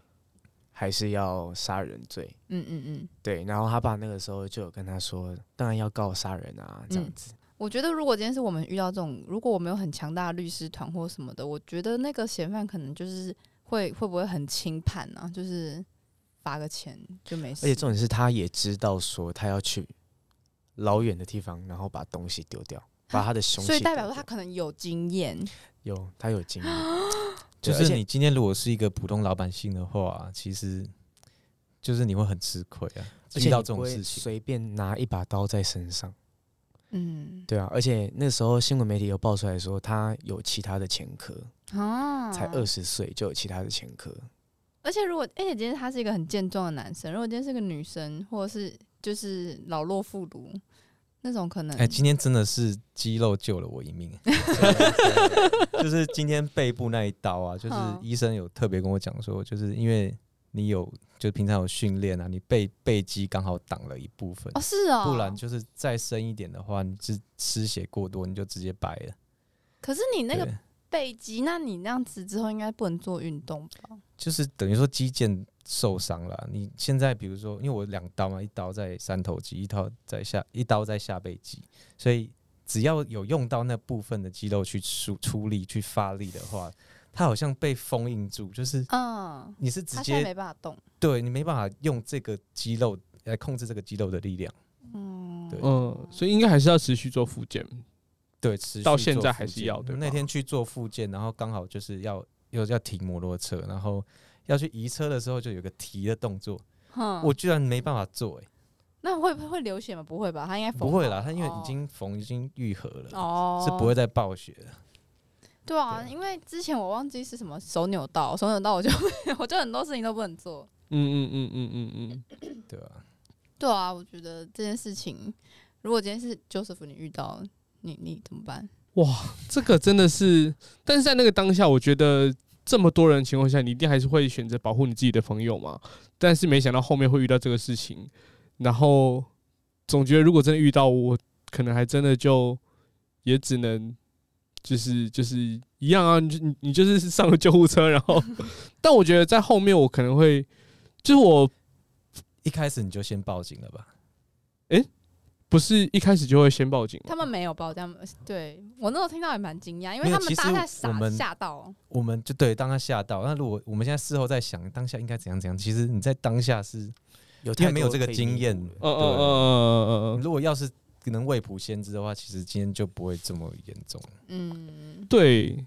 S3: 还是要杀人罪，
S2: 嗯嗯嗯，
S3: 对，然后他爸那个时候就有跟他说，当然要告杀人
S2: 嗯
S3: 啊，这样子，
S2: 我觉得如果今天是我们遇到这种，如果我们有很强大的律师团或什么的，我觉得那个嫌犯可能就是会会不会很轻判呢、就是罚个钱就没
S3: 而
S2: 事。
S3: 且重点是他也知道说他要去老远的地方，然后把东西丢掉，把他的凶器给
S2: 所
S3: 我，
S2: 以代表说他可能有经验，
S3: 有他有 经验，
S4: 就
S3: 对而
S4: 是
S3: 且
S4: 你今天如果是一个普通老百姓的话，其实就是你会很吃亏啊，
S3: 而且
S4: 遇到
S3: 你
S4: 这种
S3: 不会
S4: 事情。
S3: 随便拿一把刀在身上。
S2: 嗯，
S3: 对啊，而且那时候新闻媒体有爆出来说，他有其他的前科，
S2: 啊，
S3: 才二十岁就有其他的前科。
S2: 而且如果，而且今天他是一个很健壮的男生，如果今天是个女生，或者是就是老弱妇孺那种，可能
S4: 哎、今天真的是肌肉救了我 一命，就是今天背部那一刀啊，就是
S2: 嗯
S4: 医生有特别跟我讲说，就是因为你有就平常有训练啊，你背背肌刚好挡了一部分，
S2: 哦是哦，
S4: 不然就是再深一点的话，你是失血过多，你就直接白了。
S2: 可是你那个
S4: 对
S2: 背肌，那你那样子之后应该不能做运动吧？
S4: 就是等于说肌腱受伤了。你现在比如说，因为我两刀嘛，一刀在三头肌，一刀在下，一刀在下背肌，所以只要有用到那部分的肌肉去出出力、去发力的话，它好像被封印住，就是
S2: 嗯，
S4: 你是直
S2: 他现在
S4: 接
S2: 没办法动，
S4: 对你没办法用这个肌肉来控制这个肌肉的力量。
S2: 嗯，
S4: 对
S1: 嗯，所以应该还是要持续做复健。
S4: 对，持续
S1: 到现
S4: 做
S1: 在
S4: 复
S1: 还是
S4: 健
S1: 要对
S4: 那
S1: 吧
S4: 天去做复健，然后刚好就是要又要停摩托车，然后要去移车的时候就有个提的动作，
S2: 哼
S1: 嗯
S4: 我居然没办法做、欸，
S2: 那会会流血吗？不会吧，他应该缝
S4: 不会
S2: 好
S4: 啦，
S2: 了
S4: 它因为
S2: 哦
S4: 已经缝、已经愈合了，
S2: 哦，
S4: 是不会再暴血了。
S2: 对啊，
S4: 对
S2: 因为之前我忘记是什么手扭到，手扭到我就 我就很多事情都不能做。
S1: 嗯嗯嗯嗯嗯嗯，
S4: 对啊，
S2: 对啊，我觉得这件事情，如果今天是 Joseph 你遇到，你你怎么办？
S1: 这个真的是，但是在那个当下，我觉得这么多人的情况下，你一定还是会选择保护你自己的朋友嘛。但是没想到后面会遇到这个事情，然后总觉得如果真的遇到我，可能还真的就也只能就是就是一样啊，你就你你就是上了救护车，然后，但我觉得在后面我可能会，就是我
S4: 一开始你就先报警了吧？
S1: 不是一开始就会先报警嘛，
S2: 他们没有报，他们对我那时候听到也蛮惊讶，因为
S4: 没有
S2: 他们
S4: 其实
S2: 大概
S4: 我
S2: 傻
S4: 们
S2: 吓到。
S4: 我们就对当他吓到，那如果我们现在事后再想，当下应该怎样怎样？其实你在当下是，
S3: 有
S4: 因
S3: 太
S4: 为没有
S3: 多
S4: 这个
S3: 可以
S4: 经
S3: 弥
S4: 验
S3: 补了
S1: 嗯嗯嗯嗯嗯嗯嗯。
S4: 如果要是能未卜先知的话，其实今天就不会这么严重了。
S2: 嗯，
S1: 对，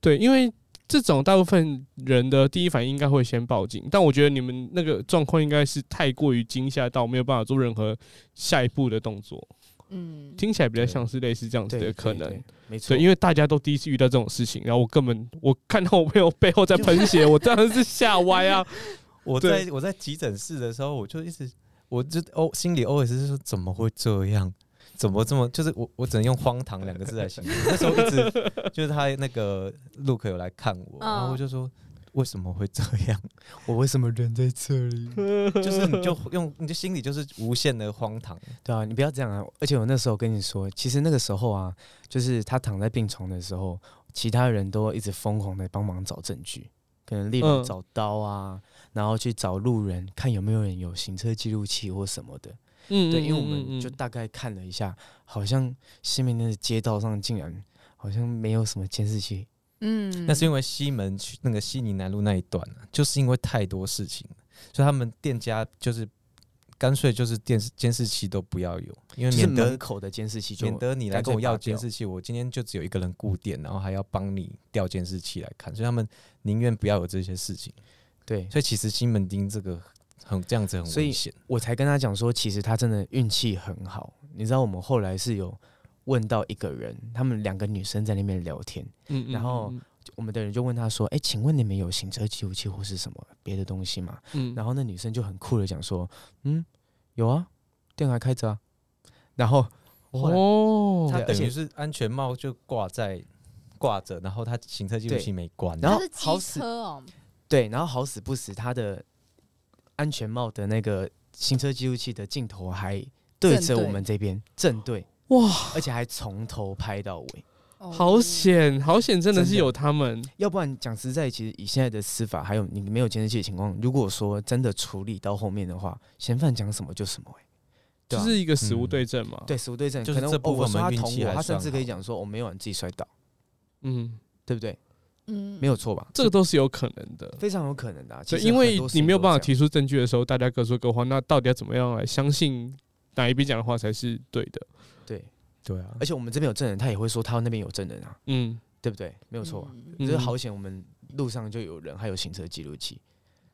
S1: 对，因为这种大部分人的第一反应应该会先报警，但我觉得你们那个状况应该是太过于惊吓到，没有办法做任何下一步的动作，
S2: 嗯，
S1: 听起来比较
S4: 对
S1: 像是类似这样子
S3: 对
S1: 的
S3: 对
S1: 可
S3: 对
S1: 能。
S3: 没错，
S1: 对，因为大家都第一次遇到这种事情，然后我根本我看到我朋友背后在喷血，我当然是吓歪 啊！
S4: 我
S1: 对
S4: 在我在急诊室的时候，我就一直，我就哦，心里 OS 是说怎么会这样？怎么这么？就是我，我只能用荒唐两个字来形容。那时候一直就是他那个 Look 有来看我，
S2: 嗯
S4: 然后我就说为什么会这样？
S3: 我为什么人在这里？
S4: 就是你就用你的心里就是无限的荒唐，
S3: 对啊，你不要这样啊！而且我那时候跟你说，其实那个时候啊，就是他躺在病床的时候，其他人都一直疯狂的帮忙找证据，可能例如
S1: 嗯
S3: 找刀啊，然后去找路人，看有没有人有行车记录器或什么的。
S1: 嗯，
S3: 对，
S1: 嗯
S3: 因为我
S1: 嗯嗯
S3: 们就大概看了一下，好像西门町的街道上竟然好像没有什么监视器。
S2: 嗯，
S4: 那是因为西门区那个西宁南路那一段啊，就是因为太多事情了，所以他们店家就是干脆就是电视监视器都不要有，因为
S3: 就是
S4: 免
S3: 门
S4: 得
S3: 口的监视器就
S4: 免得你来跟我要监
S3: 干脆
S4: 视器，我今天就只有一个人固定，然后还要帮你调监视器来看，所以他们宁愿不要有这些事情。
S3: 对，
S4: 所以其实西门町这个很这样子很
S3: 所以
S4: 危险，
S3: 我才跟他讲说，其实他真的运气很好。你知道，我们后来是有问到一个人，他们两个女生在那边聊天，
S1: 嗯嗯
S3: 然后就我们的人就问他说：“哎、请问你们有行车记录器或是什么别的东西吗？”
S1: 嗯，
S3: 然
S1: 后
S3: 后那女生就很酷的讲说：“嗯，有啊，电还开着啊。”然后后来
S1: 哦，
S4: 他
S3: 对
S4: 等
S3: 而
S4: 于
S3: 且
S4: 是安全帽就挂在挂着，然后他行车记录
S3: 对
S4: 器没关，
S3: 然后
S2: 它是机
S3: 好死
S2: 车哦，
S3: 对，然后好死不死，他的安全帽的那个行车记录器的镜头还对
S2: 正
S3: 着
S2: 对
S3: 我们这边正对，
S1: 哇，
S3: 而且还从头拍到尾。
S2: 哦
S1: 好，险，好险，真的
S3: 真
S1: 是
S3: 的
S1: 有他们，
S3: 要不然讲实在，其实以现在的司法，还有你没有监视器的情况，如果说真的处理到后面的话，嫌犯讲什么就什么、欸，对
S1: 就
S3: 啊
S1: 是一个死无
S4: 嗯
S1: 对证嘛。
S3: 对，死无对证，
S4: 就是
S3: 可能
S4: 这
S3: 哦
S4: 部分
S3: 我说
S4: 我
S3: 他
S4: 们运
S3: 捅
S4: 气
S3: 我，
S4: 还
S3: 他甚
S4: 算
S3: 至可以
S4: 好
S3: 讲说哦我没有，你自己摔倒，
S1: 嗯，
S3: 对不对？
S2: 嗯，
S3: 没有错吧？
S1: 这个都是有可能的。
S3: 非常有可能的、啊，其
S1: 对，
S3: 实
S1: 因为
S3: 啊很多事
S1: 你
S3: 情
S1: 没有
S3: 都
S1: 办法
S3: 这样
S1: 提出证据的时候，大家各说各话，那到底要怎么样来相信哪一边讲的话才是对的？
S3: 对，
S4: 对啊
S3: 而，且我们这边有证人，他也会说他那边有证人啊，
S1: 嗯，
S3: 对不对？没有错啊，
S2: 嗯
S3: 就是好险，我们路上就有人，还有行车记录器，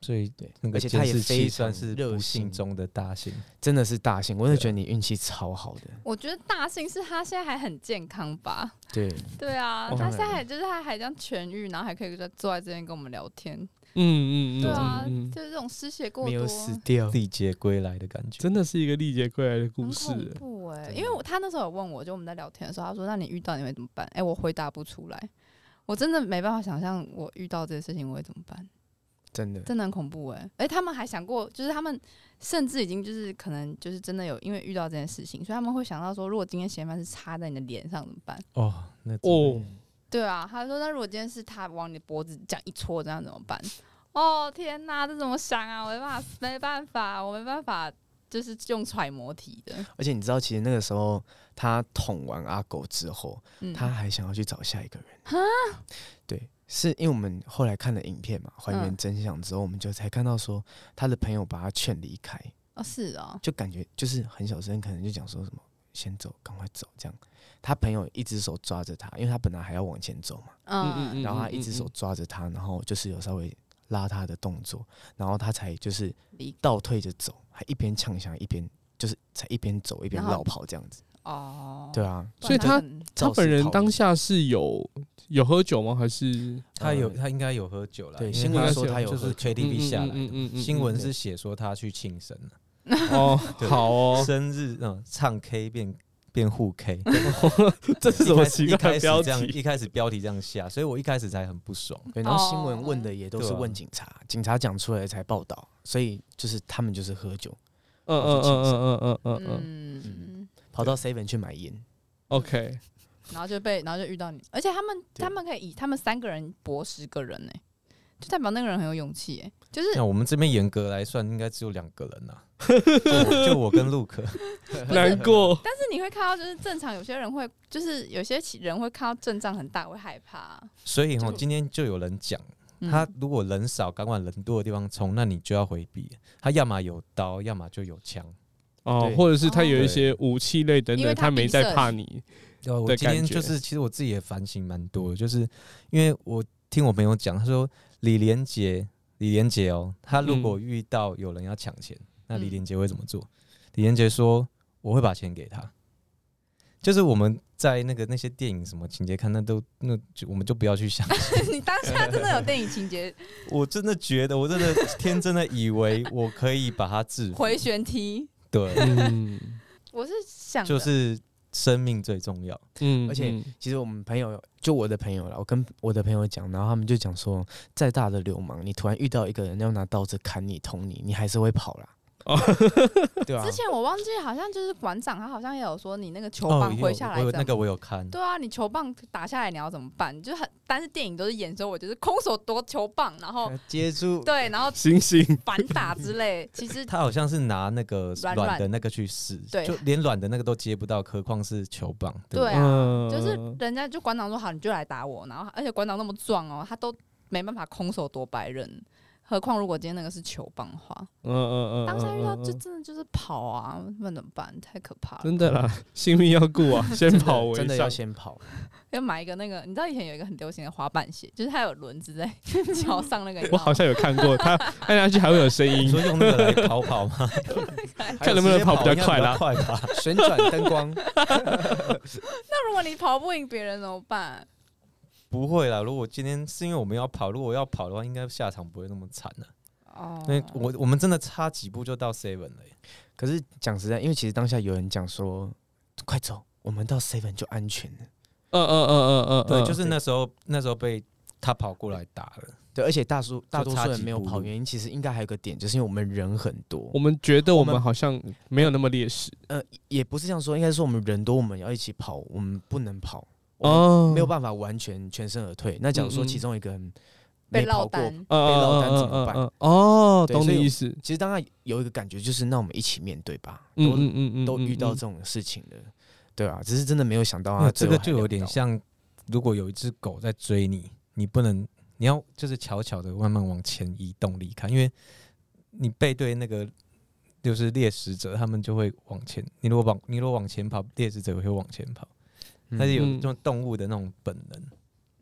S4: 所以
S3: 对
S4: 嗯那，个
S3: 而且他
S4: 监
S3: 也
S4: 视器
S3: 非
S4: 算
S3: 常
S4: 是
S3: 热嗯
S4: 不
S3: 心
S4: 幸，中的大 幸。
S3: 真的是大幸，我真
S4: 对
S3: 的
S4: 啊
S3: 觉得你运气超好的，
S2: 我觉得大幸是他现在还很健康吧？
S3: 对，
S2: 对啊，
S1: 哦
S2: 他现在还就是他还这样痊愈，然后还可以在坐在这边跟我们聊天。
S1: 嗯嗯嗯，
S2: 对啊，
S1: 嗯嗯
S2: 就是这种失血过
S3: 没有
S2: 多，
S3: 死掉，
S4: 历劫归来的感觉，
S1: 真的是一个历劫归来的故
S2: 很
S1: 事
S2: 恐。怖哎、
S3: 真的
S2: 因为我他那时候有问我，就我们在聊天的时候，他说：“那你遇到你会怎么办？”哎、我回答不出来，我真的没办法想象我遇到这些事情我会怎么办，
S3: 真的，
S2: 真的很恐怖哎、哎，他们还想过，就是他们甚至已经就是可能就是真的有因为遇到这件事情，所以他们会想到说，如果今天嫌犯是插在你的脸上怎么办？
S4: 哦，那真的
S1: 哦，
S2: 对啊，他说：“那如果今天是他往你的脖子这样一戳，这样怎么办？”哦天哪，这怎么想啊？我没办法，没办法，我没办法，就是用揣摩题的。
S3: 而且你知道，其实那个时候他捅完阿狗之后，
S2: 嗯，
S3: 他还想要去找下一个人。对，是因为我们后来看了影片嘛，还原
S2: 嗯
S3: 真相之后，我们就才看到说他的朋友把他劝离开，
S2: 哦是哦，
S3: 就感觉就是很小声，可能就讲说什么先走，赶快走这样。他朋友一只手抓着他，因为他本来还要往前走嘛，
S1: 嗯嗯
S2: 嗯
S1: 嗯，
S3: 然后他一只手
S1: 嗯，
S3: 抓着他，然后就是有稍微拉他的动作，然后他才就是
S2: 离
S3: 倒退着走，还一边呛响一边就是才一边走一边
S2: 然后
S3: 绕跑这样子。
S2: 哦，
S3: 对啊，
S2: 不然
S1: 所以他
S2: 可能
S1: 他
S3: 肇事
S1: 本人
S3: 逃逸
S1: 当下是有有喝酒吗？还是
S4: 他有
S3: 呃
S4: 他应该有喝酒了，
S3: 对
S4: 因为
S3: 新闻
S4: 他
S3: 说他有
S4: 就
S3: 喝
S4: 是
S3: 酒
S4: KTV 下来
S1: 嗯嗯嗯嗯嗯
S4: 的，新闻
S3: 对
S4: 是写说他去庆生了
S1: 哦，
S4: 对
S1: 好哦，
S4: 生日嗯唱 K 变变互 K，
S1: 这是什么奇
S4: 一
S1: 怪
S4: 开
S1: 的
S4: 始
S1: 标
S4: 这样
S1: 题？
S4: 一开始标题这样下，所以我一开始才很不爽。
S3: 对，然后新闻问
S2: 哦
S3: 的也都
S4: 对
S3: 是
S4: 啊
S3: 问警察，警察讲出来才报道，所以就是他们就是喝酒，
S1: 嗯嗯嗯嗯嗯嗯嗯
S2: 嗯嗯，
S3: 跑到 seven 去买烟，
S1: ，OK，
S2: 然后就被然后就遇到你，而且他们
S3: 对
S2: 他们可以以他们三个人搏十个人呢、就代表那个人很有勇气哎、就是
S1: 啊
S4: 那我们这边严格来算，应该只有两个 人呐，就我就我跟陆可，
S1: 难过，
S2: 但是你会看到就是正常有些人会就是有些起人会看到阵仗很大会害怕啊、
S4: 所以哈，
S2: 就
S4: 今天就有人讲，
S2: 嗯
S4: 他如果人少敢往人多的地方冲，那你就要回避，他要么有刀，要么就有枪。
S1: 哦，
S3: 对
S1: 或者是他有一些武器类等
S2: 因
S1: 等，
S2: 为
S1: 他
S2: 他
S1: 没
S2: 闭
S1: 在
S2: 塞
S1: 怕 你。
S4: 对啊，我
S1: 的
S4: 今天
S1: 感觉嗯
S4: 就是，其实我自己也反省蛮多的，就是因为我听我朋友讲，他说李连杰，李连杰哦，他如
S1: 嗯
S4: 果遇到有人要抢钱，那李连杰会怎么做？李连杰说：“我会把钱给他。”就是我们在那个那些电影什么情节看，那都那就我们就不要去想。
S2: 你当下真的有电影情节
S4: 我真的觉得，我真的天真的以为我可以把他制服。
S2: 回旋踢，
S4: 对，
S1: 嗯
S2: 我是想的
S4: 就是生命最重要。
S1: 嗯
S3: 而且
S1: 嗯
S3: 其实我们朋友，就我的朋友啦，我跟我的朋友讲，然后他们就讲说，再大的流氓，你突然遇到一个人要拿刀子砍你、捅你，你还是会跑啦。
S1: 哦
S3: 对啊
S2: 之，前我忘记好像就是馆长他好像也有说你那个球
S4: 哦
S2: 棒
S4: 也
S2: 挥
S4: 有
S2: 下
S4: 我
S2: 来
S4: 有
S2: 怎
S4: 那
S2: 么
S4: 个我有看，
S2: 对啊，你球棒打下来你要怎么办？就很，但是电影都是演说，我就是空手夺球棒，然
S4: 哦
S2: 后
S3: 接触
S2: 对，然后
S1: 星星，
S2: 反打之类。其 实
S4: 他好像是拿那个
S2: 软
S4: 软的那个去试，
S2: 对
S4: 就连软的那个都接不到，何况是球棒？对不
S2: 对
S4: 对，
S2: 啊，就是
S1: 嗯
S2: 人家就馆长说好，你就来打我，然后而且馆长那么壮哦，他都没办法空手夺白刃，何况如果今天那个是球棒的话，
S1: 嗯嗯嗯，
S2: 当下遇到
S1: 嗯
S2: 就
S1: 嗯
S2: 真的就是跑啊，那怎么办？太可怕了。
S1: 真的啦， 性命要顾啊，先
S3: 真的
S1: 跑为上。
S3: 真的要先跑，
S2: 要买一个那个，你知道以前有一个很流行的滑板鞋，就是它有轮子在 脚上那个，你知
S1: 我
S2: 道吗
S1: 好像有看过， 他按下去还会有声
S4: 你
S1: 音，
S4: 说用那个来逃跑吗？
S1: 看能不能跑比较快啦
S4: 应该比较快 吧。
S3: 旋转灯光，
S2: 那如果你跑不赢别人怎么办？
S4: 不会啦，如果今天是因为我们要跑，如果要跑的话，应该下场不会那么惨了。
S2: 哦，
S4: 那我我们真的差几步就到 seven 了耶，
S3: 可是讲实在，因为其实当下有人讲说，快走，我们到 seven 就安全了。
S1: 嗯嗯嗯嗯嗯，
S4: 对，
S1: 嗯
S4: 就是那时候那时候被他跑过来打了，
S3: 对，而且大数大多
S4: 差
S3: 数人
S4: 几
S3: 没有
S4: 步
S3: 跑，
S4: 路
S3: 原因其实应该还有个点，就是因为我们人很多
S1: 我，们觉得我
S3: 我
S1: 们
S3: 们
S1: 好像没有那么劣势
S3: 呃，也不是这样说，应该是说我们人多，我们要一起跑，我们不能跑，我们
S1: 哦，
S3: 没有办法完全全身而退。那假如说
S1: 嗯嗯
S3: 其中一个人
S2: 被
S3: 没跑
S2: 落
S3: 过，
S2: 单。
S1: 嗯，嗯
S3: 被落单
S1: 嗯
S3: 怎么
S1: 嗯
S3: 办
S1: 嗯嗯哦，
S3: 对
S1: 懂
S3: 所以
S1: 你
S3: 我
S1: 意思，
S3: 其实当然有一个感觉就是，那我们一起面对吧，
S1: 嗯
S3: 都、
S1: 嗯嗯嗯，
S3: 都遇到
S1: 嗯
S3: 这种事情了，对啊，只是真的没有想到啊
S4: 那，这
S3: 最
S4: 个
S3: 后还
S4: 就有
S3: 聊
S4: 点
S3: 到，
S4: 像，如果有一只狗在追你，你不能，你要就是悄悄的慢慢往前移动离开，因为你背对那个就是猎食者，他们就会往前。你如果往你如果往前跑，猎食者也会往前跑，它是有
S1: 嗯
S4: 这种动物的那种本能。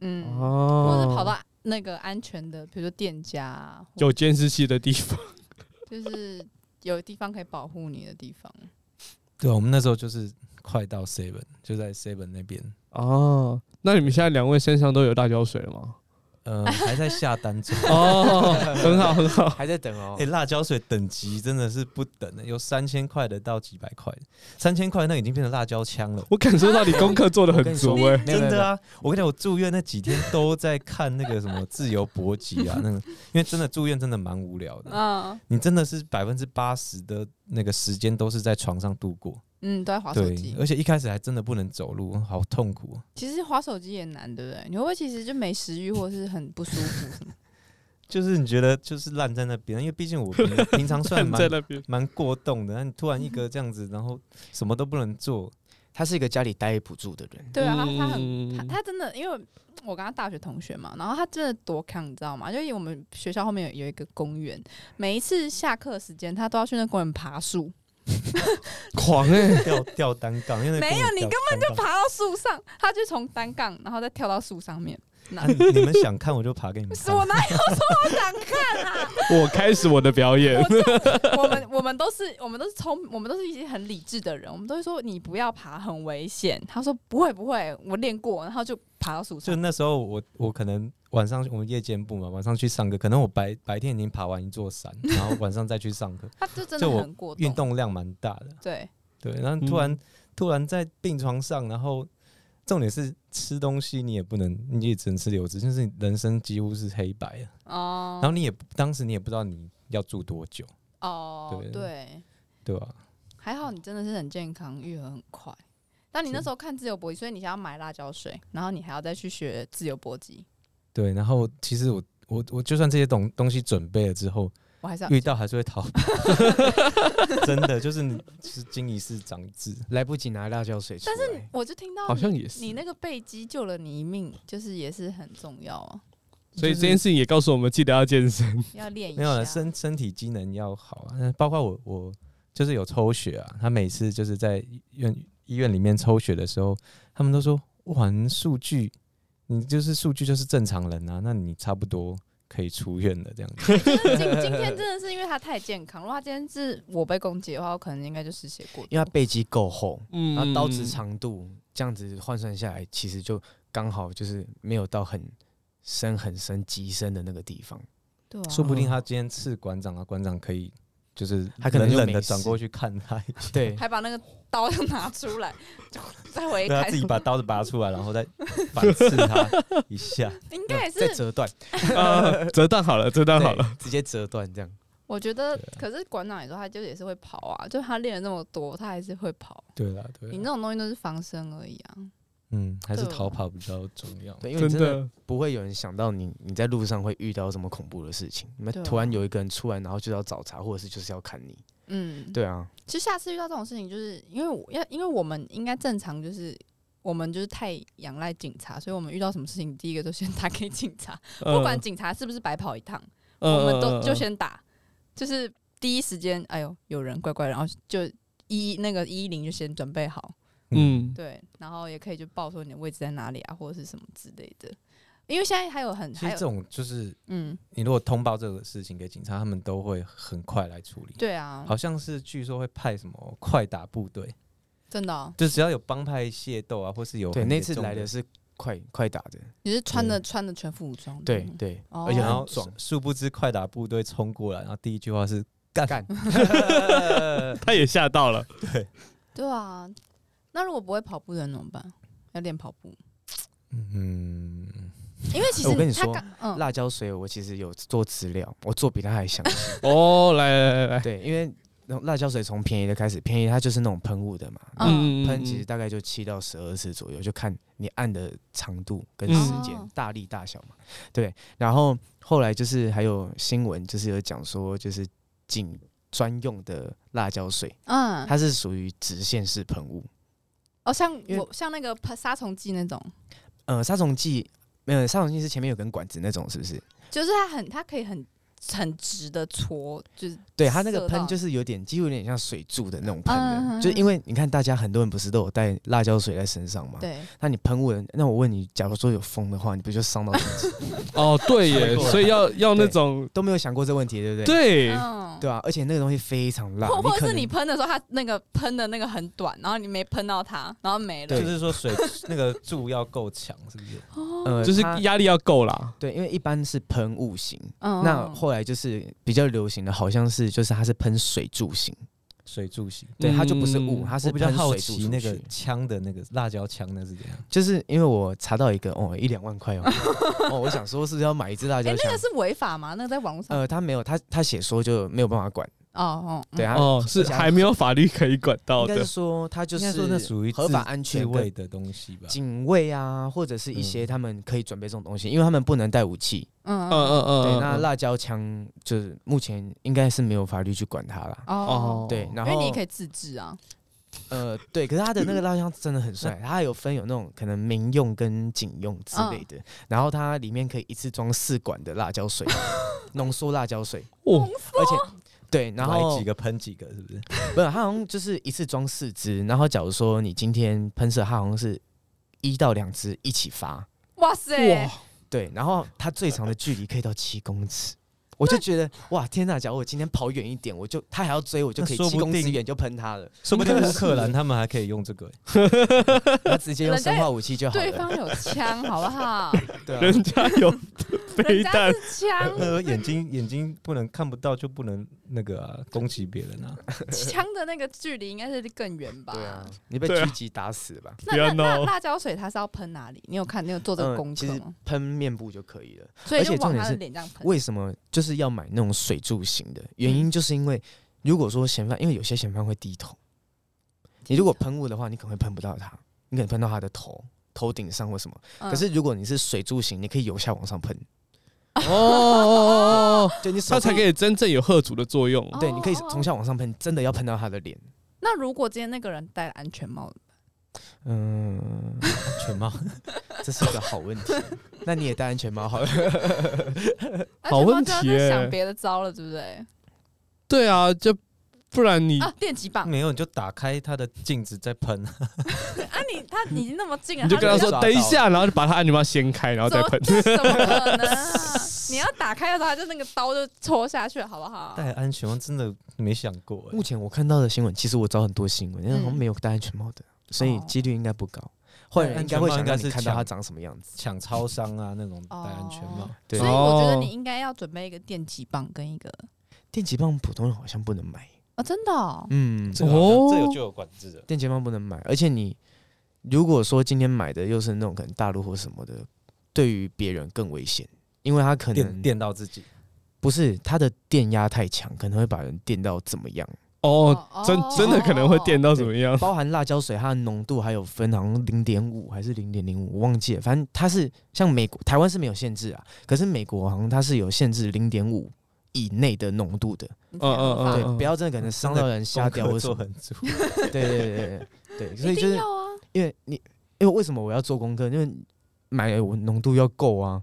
S2: 嗯，或
S1: 哦
S2: 者跑到那个安全的，比如说店家啊，或
S1: 有监视器的地 方，
S2: 就是有地方可以保护你的地方。
S4: 对啊，我们那时候就是快到 seven，就在 seven 那边，
S1: 哦，那你们现在两位身上都有辣椒水了吗？
S4: 呃，还在下单中。
S1: 哦，很好很好，
S3: 还在等 哦
S4: 哎、。辣椒水等级真的是不等的，有三千块的到几百块的，三千块那已经变成辣椒枪了。
S1: 我感受到你功课做的很足
S3: 我
S1: 哎、
S3: 没 有
S4: 真的啊！我跟你讲，我住院那几天都在看那个什么自由搏击啊，那个，因为真的住院真的蛮无聊 的。
S2: 嗯
S4: 你真的是百分之八十的那个时间都是在床上度过，
S2: 嗯，都在划手
S4: 对，呃
S2: 机。
S4: 而且一开始还真的不能走路，好痛苦哦、
S2: 其实划手机也难，对不对？你会不会其实就没食欲，或者是很不舒服什么？
S4: 就是你觉得就是烂在那边，因为毕竟我 平平常算
S1: 站在
S4: 蛮
S1: 那边，
S4: 蛮过动的，那你突然一个这样子，然后什么都不能 做，
S3: 他是一个家里待不住的人，
S2: 对啊，他他很
S1: 很
S2: 他
S4: 嗯
S2: 他真的，因为我跟他大学同学嘛，然后他真的多康，你知道吗？就因为我们学校后面有有一个公园，每一次下课时间，他都要去那公园爬树，
S1: 狂哎、
S4: 吊吊单杠，因为
S2: 没有你根
S4: 本就
S2: 爬到树上，他就从单杠，然后再跳到树上面。那
S4: 啊你们想看我就爬给你 们
S2: 是
S4: 看。
S2: 我哪有说我想看啊？
S1: 我开始我的表演，
S2: 我们 我们都是我们都是聪，我们都是一些很理智的人，我们都会说你不要爬，很危险。他说不会不会，我练过，然后就爬到树
S4: 就
S2: 上。
S4: 那时候我我可能晚上我们夜间部嘛，晚上去上课，可能我白白天已经爬完一座山，然后晚上再去上课，
S2: 他就真的
S4: 就我嗯
S2: 很过
S4: 运动量蛮大的。
S2: 对，
S4: 对，然后突然、突然在病床上，然后重点是吃东西你也不能，你也只能吃流质，就是你人生几乎是黑白的。
S2: 哦
S4: 然后你也不当时你也不知道你要住多久，
S2: 哦
S4: 对
S2: 对。
S4: 对吧、
S2: 还好你真的是很健康，愈合很快。但你那时候看自由搏击，所以你想要买辣椒水，然后你还要再去学自由搏击，
S4: 对，然后其实我我我就算这些东东西准备了之后，
S2: 我还是要
S4: 遇到还是会逃跑， 真的就是你是经一事长一智。
S3: 来不及拿辣椒水出来。但是
S2: 我就听到
S1: 好像
S2: 你
S1: 也是
S2: 你那个背肌救了你一命，就是也是很重要 啊，
S1: 所以这件事情也告诉我们，记得要健身。
S2: 要练一
S4: 没有了，
S2: 下。
S4: 身身体机能要好啊。那包括我，我就是有抽血啊。他每次就是在医院医院里面抽血的时候，他们都说：“哇，你数据，你就是数据就是正常人啊，那你差不多可以出院了。”这样
S2: 哦
S4: 子，
S2: 今 今天真的是因为他太健康，如果他今天是我被攻击的话，我可能应该就失血过多。
S3: 因为他背肌够厚，
S1: 嗯
S3: 然后刀 子，长度这样子换算下来，其实就刚好就是没有到很深很深极深的那个地方。
S2: 对啊，
S4: 说不定他今天刺馆长啊，馆长可以就是
S3: 他可能就
S4: 冷冷
S3: 没
S4: 的
S3: 事
S4: 转过去看他一 下，
S3: 对，
S2: 还把那个刀又拿出来，就再回
S4: 对啊
S2: 开
S4: 他自己把刀子拔出来，然后再 反刺他一 下。
S2: 应该也
S3: 再
S2: 是
S3: 折断，
S1: 啊，折断好了，折断好了。
S3: 对，直接折断这样。
S2: 我觉得，
S4: 啊
S2: 可是馆长也说他就也是会跑啊，就他练了那么多，他还是会跑。啊
S4: 对啦，对啊
S2: 你
S4: 啦，
S2: 那种东西都是防身而已啊。
S4: 嗯，还是
S2: 对啊
S4: 逃跑比较重要。
S3: 对，因为
S1: 真
S3: 你真的
S1: 的，
S3: 不会有人想到你你在路上会遇到什么恐怖的事情。那
S2: 对啊
S3: 突然有一个人出来，然后就要找茬，或者是就是要砍你。
S2: 嗯，
S3: 对啊，
S2: 其实下次遇到这种事情，就是因为我要，因为我们应该正常就是。我们就是太仰赖警察，所以我们遇到什么事情，第一个都先打给警察，不管警察是不是白跑一趟，
S1: 嗯
S2: 我们都就
S1: 嗯
S2: 先打，就是第一时间，哎呦，有人乖乖，然后就一那个一零就先准备好，
S1: 嗯，
S2: 对，然后也可以就报说你的位置在哪里啊，或者是什么之类的，因为现在还有很
S4: 其
S2: 还
S4: 实这
S2: 有
S4: 种就是
S2: 嗯，
S4: 你如果通报这个事情给警察，他们都会很快来处理。
S2: 对啊
S4: 好，像是据说会派什么快打部队，
S2: 真的哦、
S4: 就只要有帮派械斗啊，或是有
S3: 对，
S4: 很
S3: 那
S4: 严
S3: 次
S4: 重
S3: 来的
S4: 的，
S3: 是快快打的，
S2: 你是穿的穿的全副武装的，
S3: 对对，
S2: 哦
S3: 而且
S4: 然后
S3: 很
S4: 殊
S3: 壮，
S4: 殊不知快打部队冲过来，然后第一句话是干
S3: 干
S1: 他也吓到了。
S2: 对啊，那如果不会跑步的人怎么办？要练跑步，
S4: 嗯，
S2: 因为其实
S3: 哎我跟你
S2: 他
S3: 说
S2: 刚嗯，
S3: 辣椒水，我其实有做资料，我做比他还详 细。
S1: 哦，来来来来，
S3: 对，因为那种辣椒水从便宜的开始，便宜它就是那种喷雾的嘛，
S2: 嗯
S3: 喷其实大概就七到十二次左右，就看你按的长度跟
S1: 嗯
S3: 时间、
S2: 哦
S3: 大力大小嘛。对，然后后来就是还有新闻，就是有讲说，就是仅专用的辣椒水，
S2: 嗯，
S3: 它是属于直线式喷雾。
S2: 哦，像
S3: 因为
S2: 我像那个喷杀虫剂那种，
S3: 呃，杀虫剂没有，杀虫剂是前面有根管子那种，是不是？
S2: 就是它很它可以很很直的搓，就是
S3: 对它那个喷就是是有点，几乎有点像水柱的那种喷
S2: 嗯
S3: 的，
S2: 哼
S3: 就因为你看大家很多人不是都有带辣椒水在身上嘛，
S2: 对，
S3: 那你喷雾，那我问你，假如说有风的话，你不就伤到自己？
S1: 哦，对 耶，
S3: 水果
S1: 所以要要那
S3: 对
S1: 种
S3: 都没有想过这问题，对不对？
S1: 对
S2: 嗯，
S3: 对啊，而且那个东西非常辣，
S2: 或或
S3: 可
S2: 者是
S3: 能
S2: 你喷的时候，它那个喷的那个很短，然后你没喷到它，然后没了
S3: 对。
S4: 就是说水那个柱要够强，是不是？
S3: 呃
S1: 就是
S3: 它
S1: 压力要够啦。
S3: 对，因为一般是喷雾型，
S2: 嗯
S3: 那后来就是比较流行的，好像是就是它是喷水柱型，
S4: 水柱型。
S3: 对，它就不是
S1: 嗯
S3: 雾，它是
S4: 我比较
S3: 喷
S4: 好
S3: 水柱
S4: 奇
S3: 出
S4: 那个
S3: 去
S4: 枪的那个辣椒枪那是怎样？
S3: 就是因为我查到一个哦一两 万块哦，哦我想说是不是要买一支辣椒
S2: 哎，那
S3: 枪
S2: 个？是违法吗？那个在网络上
S3: 呃，他没有，他他写说就没有办法管，
S2: 哦哦，嗯
S3: 对啊，
S1: 哦，是
S3: 而且它
S1: 还没有法律可以管到
S3: 应该是
S1: 的。
S3: 说他就
S4: 应该
S3: 是
S4: 说那属于
S3: 合
S4: 自
S3: 法安
S4: 自
S3: 全
S4: 卫
S3: 跟
S4: 的东西吧？
S3: 警卫啊，或者是一些
S4: 嗯
S3: 他们可以准备这种东西，因为他们不能带武器。
S1: 嗯
S2: 嗯
S1: 嗯嗯，
S3: 对，
S1: 嗯
S3: 那
S1: 嗯
S3: 辣椒枪就是目前应该是没有法律去管它啦。
S2: 哦
S1: 哦，
S3: 对，然
S2: 因为
S3: 后
S2: 你也可以自制啊，
S3: 呃，对，可是它的那个辣椒酱真的很帅，它有分有那种可能民用跟警用之类的，然后它里面可以一次装四管的辣椒水，浓缩辣椒水，
S1: 哦，
S3: 而且对，
S4: 来
S3: 然后
S4: 几个喷几个，是 不是？
S3: 不是它好像就是一次装四支，然后假如说你今天喷射，它好像是一到两支一起发，
S2: 哇塞
S1: 哇，
S3: 对，然后它最长的距离可以到七公尺。我就觉得哇天呐！假如我今天跑远一点，我就他还要追，我就
S4: 那
S3: 可以
S4: 说
S3: 七
S4: 不
S3: 公尺
S4: 定
S3: 远就喷他了，
S4: 说不定乌克兰他们还可以用这个、欸
S3: 他直接用
S2: 人家
S3: 生化武器就好
S2: 对
S3: 了。
S2: 方有枪，好不 好？
S3: 对啊
S1: 人家有飞
S2: 人家
S1: 弹，
S2: 是枪，
S4: 呃，眼睛眼睛不能看不到，就不能那个、啊、攻击别人啊。
S2: 枪的那个距离应该是更远吧？
S3: 对啊，，你被
S1: 对啊
S3: 狙击打死了吧？
S2: 那
S1: 不要
S2: 那那
S1: 闹
S2: 辣椒水它是要喷哪里？你有看你有做这个
S3: 嗯
S2: 功
S3: 其
S2: 课
S3: 实
S2: 吗？
S3: 喷面部就可以了。
S2: 所以
S3: 而
S2: 就
S3: 且重
S2: 往
S3: 点
S2: 他的
S3: 是
S2: 脸这样喷。
S3: 为什么就是要买那种水柱型的？原
S1: 嗯
S3: 因就是因为如果说嫌犯，因为有些嫌犯会低头，你如果喷雾的话，你可能会喷不到他，你可能喷到他的头。头顶上或什么，
S2: 嗯
S3: 可是如果你是水柱型，你可以由下往 上喷，
S1: 哦哦哦哦，
S3: 就你手
S1: 它才可以真正有吓阻的作用。
S2: 哦
S3: 对，你可以从下往上喷，真的要喷到他的脸。
S2: 那如果今天那个人戴了安全帽，
S3: 嗯，
S4: 全 帽，
S3: 这是一个好 问题。那你也戴安全帽好了。
S1: 好
S2: 安全帽
S1: 问
S2: 就要
S1: 题
S2: 再
S1: 耶
S2: 想别的招了，对不对？
S1: 对啊，就不然你
S2: 啊，电击棒
S4: 没有你就打开它的镜子再喷，
S2: 啊你，他你已经那么近了，
S1: 你就跟他说
S3: 抓到
S1: 等一下，然后就把他安全帽掀开，然后再喷。
S2: 怎么可能 啊？你要打开的时候，他就那个刀就戳下去了，好不好？
S4: 戴安全帽真的没想过、欸
S3: 目。前我看到的新闻，其实我找很多新闻，因为好像
S2: 嗯
S3: 没有戴安全帽的，所以
S2: 哦
S3: 几率应该不高。坏人应该会想让你看到他长什么样子。
S4: 抢超商啊，那种戴安全帽，
S2: 哦
S3: 对
S2: 所以我觉得
S1: 哦
S2: 你应该要准备一个电击棒跟一个
S3: 电击棒普通人好像不能买，
S2: 哦，真的、哦，
S3: 嗯，
S1: 个好像哦这个
S4: 就有管制的。
S3: 电击棒不能买，而且你如果说今天买的又是那种可能大陆或什么的，对于别人更危险，因为他可
S4: 电
S3: 能
S4: 电到自己，
S3: 不是他的电压太强，可能会把人电到怎么样？
S1: 哦，真
S2: 哦
S1: 真的可能会电到怎么 样？
S3: 包含辣椒水，它的浓度还有分，好像零点五还是零点零五，我忘记了。反正它是像美国、台湾是没有限制啊，可是美国好像它是有限制零点五以内的浓度的，
S2: 你才有
S1: 嗯嗯
S2: 办
S3: 对
S2: 法，
S1: 嗯
S3: 不要真的可能伤到人瞎掉
S4: 功课
S3: 或什
S4: 做
S3: 么。
S4: 很足，
S3: 对对对对对，对所以
S2: 一
S3: 就
S2: 定
S3: 是
S2: 要啊，
S3: 因为你，因为为什么我要做功课？因为买我浓度要够啊。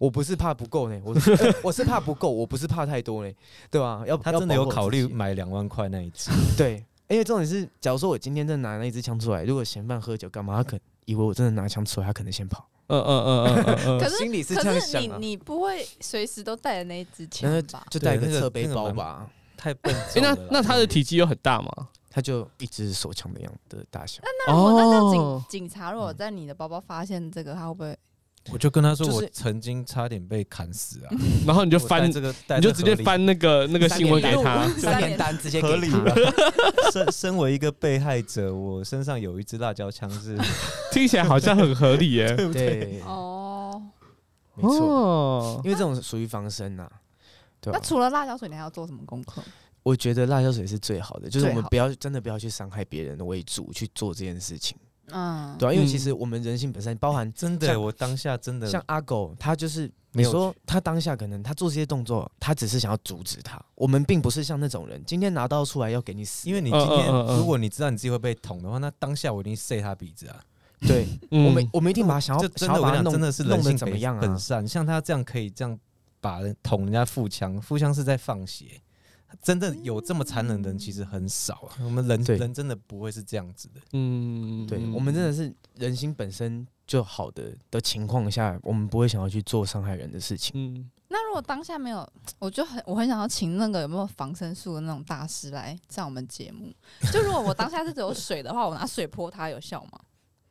S3: 我不是怕不够呢，我是、 呃我是怕不够，我不是怕太多呢，对吧、要
S4: 他
S3: 要
S4: 真的有
S3: 保护我
S4: 考
S3: 自己
S4: 虑买两万块那一只，
S3: 对，因为重点是，假如说我今天真的拿那一支枪出来，如果嫌犯喝酒干嘛，他可以为我真的拿枪出来，他可能先跑。
S1: 嗯嗯嗯嗯嗯
S2: 可
S1: 嗯，
S2: 是
S3: 心里是这
S2: 可
S3: 样
S2: 是
S3: 想
S2: 你
S3: 啊，
S2: 你不会随时都带着那一支
S3: 然后
S2: 枪吧？
S3: 就带个
S4: 对那个
S3: 侧背
S4: 那个
S3: 包
S4: 蛮
S3: 吧，
S4: 太笨
S1: 诶
S4: 重
S1: 那
S4: 了啦。
S1: 那它的体积有很大吗？
S3: 他就一支手枪的样的大小。
S2: 那如果那这样
S1: 哦
S2: 警警察如果在你的包包发现这个，他会不会？
S4: 我就跟他说，
S3: 就是
S4: 我曾经差点被砍死啊！
S1: 然后你就
S4: 我
S1: 翻
S4: 带，这个，带
S1: 你就
S4: 这
S1: 直
S4: 合
S1: 接
S4: 理
S1: 翻那个那个新闻给 他。
S3: 三连单直接给
S4: 合理
S3: 他
S4: 吧，？ 身身为一个被害者，我身上有一支辣椒枪是，
S1: 听起来好像很合理耶、
S3: 对，
S2: 哦，
S3: 没错，
S1: 哦，
S3: 因为这种属于防身呐、对
S2: 那
S3: 吧？
S2: 除了辣椒水，你还要做什么功课？
S3: 我觉得辣椒水是最好的，就是我
S2: 最
S3: 们
S2: 好
S3: 不要真的不要去伤害别人为主去做这件事情，
S2: 嗯，
S3: 对吧、因为其
S1: 嗯
S3: 实我们人性本身包含
S4: 真的，
S3: 像
S4: 我当下真的
S3: 像阿狗，他就是
S4: 没
S3: 你
S4: 有
S3: 说他当下可能他做这些动作，他只是想要阻止他。我们并不是像那种人，今天拿刀出来要给你死，
S4: 因为你
S1: 嗯
S4: 今天
S1: 嗯嗯嗯
S4: 如果你知道你自己会被捅的话，那当下我一定塞他鼻子啊！
S3: 对、
S1: 嗯
S3: 我们我们一定把他想
S4: 这
S3: 要
S4: 真的
S3: 想要
S4: 我
S3: 把
S4: 跟
S3: 他
S4: 你讲，
S3: 弄
S4: 真的是人
S3: 弄得
S4: 性
S3: 怎么
S4: 本
S3: 样
S4: 本
S3: 啊？
S4: 善，像他这样可以这样把人捅人家腹腔，腹腔是在放血。真的有这么残忍的人其实很少啊，我们人
S3: 嗯对
S4: 人真的不会是这样子的。
S1: 嗯，
S3: 对我们真的是人心本身就好的的情况下，我们不会想要去做伤害人的事情。
S1: 嗯，
S2: 那如果当下没有， 我就很我很想要请那个有没有防身术的那种大师来上我们节 目。就如果我当下是只有水的话，我拿水泼他有效吗？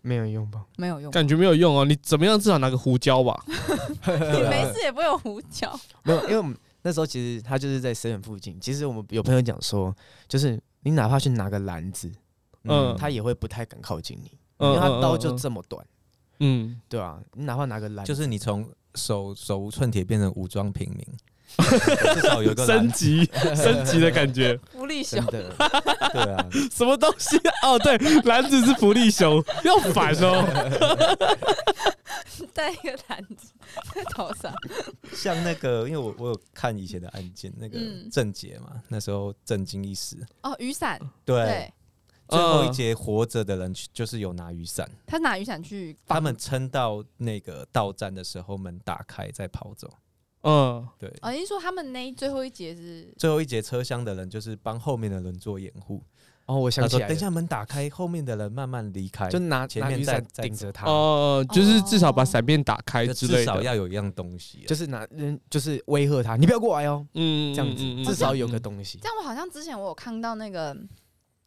S3: 没有用吧？
S2: 没有用，
S1: 感觉没有用哦。你怎么样，至少拿个胡椒吧。
S2: 你没事也不会有胡椒。
S3: 没有，因为我们那时候其实他就是在深远附近。其实我们有朋友讲说，就是你哪怕去拿个篮子，
S1: 嗯
S3: 他也会不太敢靠近你，因
S1: 嗯
S3: 为他
S1: 嗯
S3: 刀就
S1: 嗯
S3: 这么短，
S1: 嗯，
S3: 对啊，你哪怕拿个篮子，
S4: 就是你从手手无寸铁变成武装平 民，至少有一个
S1: 升
S4: 蓝
S1: 级升级的感觉，
S2: 福利熊
S3: 真，的。
S4: 对啊，
S1: 什么东西？ 哦，对，篮子是福利 熊，要反哦。
S2: 带一个篮子在头上，
S4: 像那个，因为我我有看以前的案件，那个
S2: 嗯
S4: 郑杰嘛，那时候震惊一时，
S2: 哦，雨伞，
S4: 对，
S2: 对
S4: 最后一节活着的人去就是有拿雨伞，
S2: 他拿雨伞去帮
S4: 他们撑到那个到站的时候门打开再跑走，
S1: 嗯，
S4: 对。
S2: 哦，你是说他们那一最后一节是
S4: 最后一节车厢的人就是帮后面的人做掩护，
S3: 哦，我
S4: 他
S3: 想起
S4: 说
S3: 来了，
S4: 等一下门打开，后面的人慢慢离开，
S3: 就拿
S4: 前
S3: 拿
S4: 面
S3: 雨
S4: 再
S3: 伞
S4: 再
S3: 顶着他，
S1: 哦，就是至少把伞变打开
S4: 就
S1: 之类
S4: 至少
S3: 哦
S1: 的，
S4: 要有一样东西啊，
S3: 就是拿嗯，就是威吓他，你不要过来哦，
S1: 嗯，
S3: 这样子
S1: 嗯
S3: 至少有个，东西
S2: 这。样？我好像之前我有看到那个，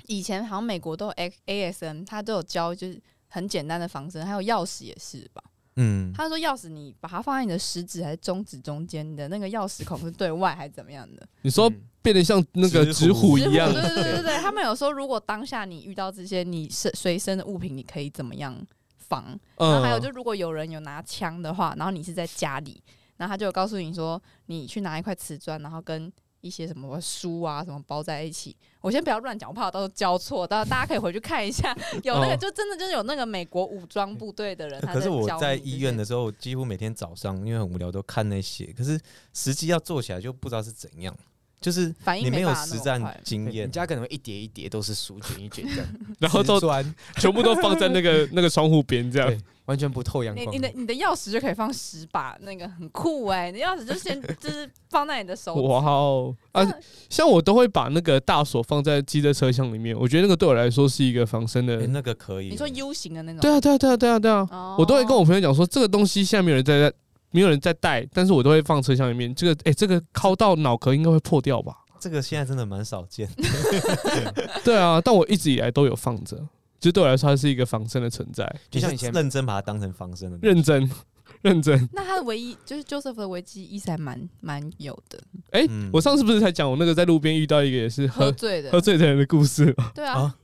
S2: 以前好像美国都有 A A S M，他都有教就是很简单的防身，还有钥匙也是吧？
S4: 嗯，
S2: 他说钥匙你把它放在你的食指还是中指中间，你的那个钥匙孔是对外还是怎么样的？
S1: 你说
S3: 嗯
S1: 变得像那个
S4: 纸
S1: 纸
S4: 虎
S1: 虎
S2: 对
S1: 一样，
S2: 对对对对对，他们有说如果当下你遇到这些你是随身的物品，你可以怎么样防？然后
S1: 嗯，
S2: 还有就如果有人有拿枪的话，然后你是在家里，然后他就有告诉你说你去拿一块瓷砖，然后跟一些什么书啊什么包在一起。我先不要乱讲，我怕我到时候教错，到大家可以回去看一 下，有那个
S1: 哦
S2: 就真的就是有那个美国武装部队的人，他
S4: 可是我
S2: 教
S4: 在
S2: 你这
S4: 医院
S2: 些
S4: 的时候，几乎每天早上因为很无聊都看那些，可是实际要做起来就不知道是怎样，就是
S2: 反应
S4: 你没有
S2: 哎办法那
S4: 实
S2: 么
S4: 战
S2: 快
S4: 经
S3: 对
S4: 验
S3: 你，家可能会一叠一叠都是书卷一卷这样，
S1: 然后都
S3: 瓷砖
S1: 全部都放在那 个那个窗户边这样
S3: 对。完全不透阳
S2: 你
S3: 光
S2: 你。的你的钥匙就可以放十把，那个很酷哎、你的钥匙就先就是放在你的手
S1: 哇哦！啊
S2: 真的，
S1: 像我都会把那个大锁放在机车车厢里面，我觉得那个对我来说是一个防
S3: 哎
S1: 身的
S4: 哎诶。那个可以。
S2: 你说 U 型的那种，
S1: 对啊，对啊，对啊，对啊，对啊！
S2: 哦
S1: 我都会跟我朋友讲说，这个东西现在没有人在带，没有人在带，但是我都会放车厢里面。这个，哎，这个敲到脑壳应该会破掉吧？
S4: 这个现在真的蛮少见，
S1: 对啊，但我一直以来都有放着，就对我来说，它是一个防身的存在。
S3: 就像以
S4: 你是
S3: 前
S4: 认真把它当成防身的东西。
S1: 认真，认真。
S2: 那他的唯一就是 Joseph 的危机意识还蛮蛮有的，
S1: 哎
S4: 嗯，
S1: 我上次不是才讲我那个在路边遇到一个也是
S2: 喝
S1: 喝
S2: 醉的，
S1: 喝醉的人的故事 吗？
S2: 对啊，
S4: 啊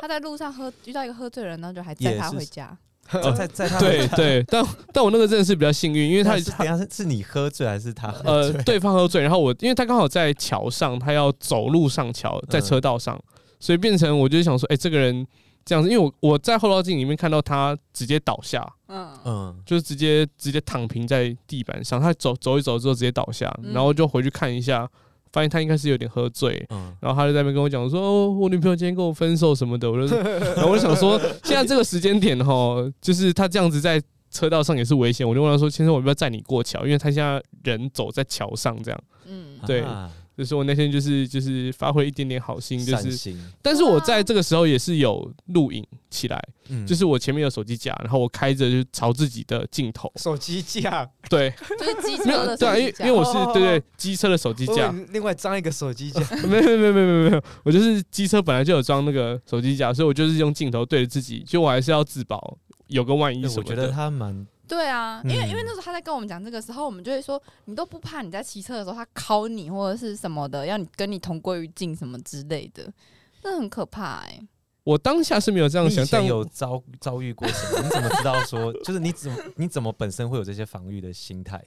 S2: 他在路上喝遇到一个喝醉的人，然后就还
S4: 也
S2: 载
S4: 是
S2: 他回家，
S4: 哦在在他们
S1: 呃对对，但但我那个真的是比较幸运，因为他
S4: 那是等一下是是你喝醉还是他？
S1: 呃， 对方喝醉，然后我因为他刚好在桥上，他要走路上桥，在车道上，所以变成我就想说，哎、这个人这样子，因为我我在后照镜里面看到他直接倒下，
S2: 嗯，
S4: 嗯，
S1: 就是直接直接躺平在地板上，他走走一走之后直接倒下，
S2: 嗯
S1: 然后就回去看一下，发现他应该是有点喝醉。
S4: 嗯，
S1: 然后他就在那边跟我讲说、哦，我女朋友今天跟我分手什么的，我就， 然后我就想说，现在这个时间点哈，就是他这样子在车道上也是危险，我就问他说，先生，我要不要载你过桥？因为他现在人走在桥上这样。
S2: 嗯，
S1: 对
S4: 啊
S1: 就是我那天就是就是发挥一点点好心，就
S4: 善
S1: 是，
S4: 心，
S1: 但是我在这个时候也是有录影起来，
S4: 嗯
S1: 就是我前面有手机架，然后我开着就朝自己的镜头，
S3: 手机架，
S1: 对，
S2: 就是机 车
S1: 没
S2: 的
S1: 有对啊，因为因为我是
S3: 哦哦哦
S1: 对对机车的手机
S3: 我以
S1: 架，
S3: 为哦另外装一个手机架，
S1: 没有没有没有没有没有没有，我就是机车本来就有装那个手机架，所以我就是用镜头对着自己，就我还是要自保，有个万一
S4: 对
S1: 什
S4: 我
S1: 么
S4: 觉
S1: 的。
S4: 得他蛮
S2: 对啊，因
S4: 嗯
S2: 为因为那时候他在跟我们讲这个时候，我们就会说，你都不怕你在骑车的时候他敲你或者是什么的，要你跟你同归于尽什么之类的，那很可怕哎、
S1: 我当下是没有这样
S4: 你以
S1: 想，但
S4: 前有遭遭遇过什么？你怎么知道说，就是你怎么你怎么本身会有这些防御的心态？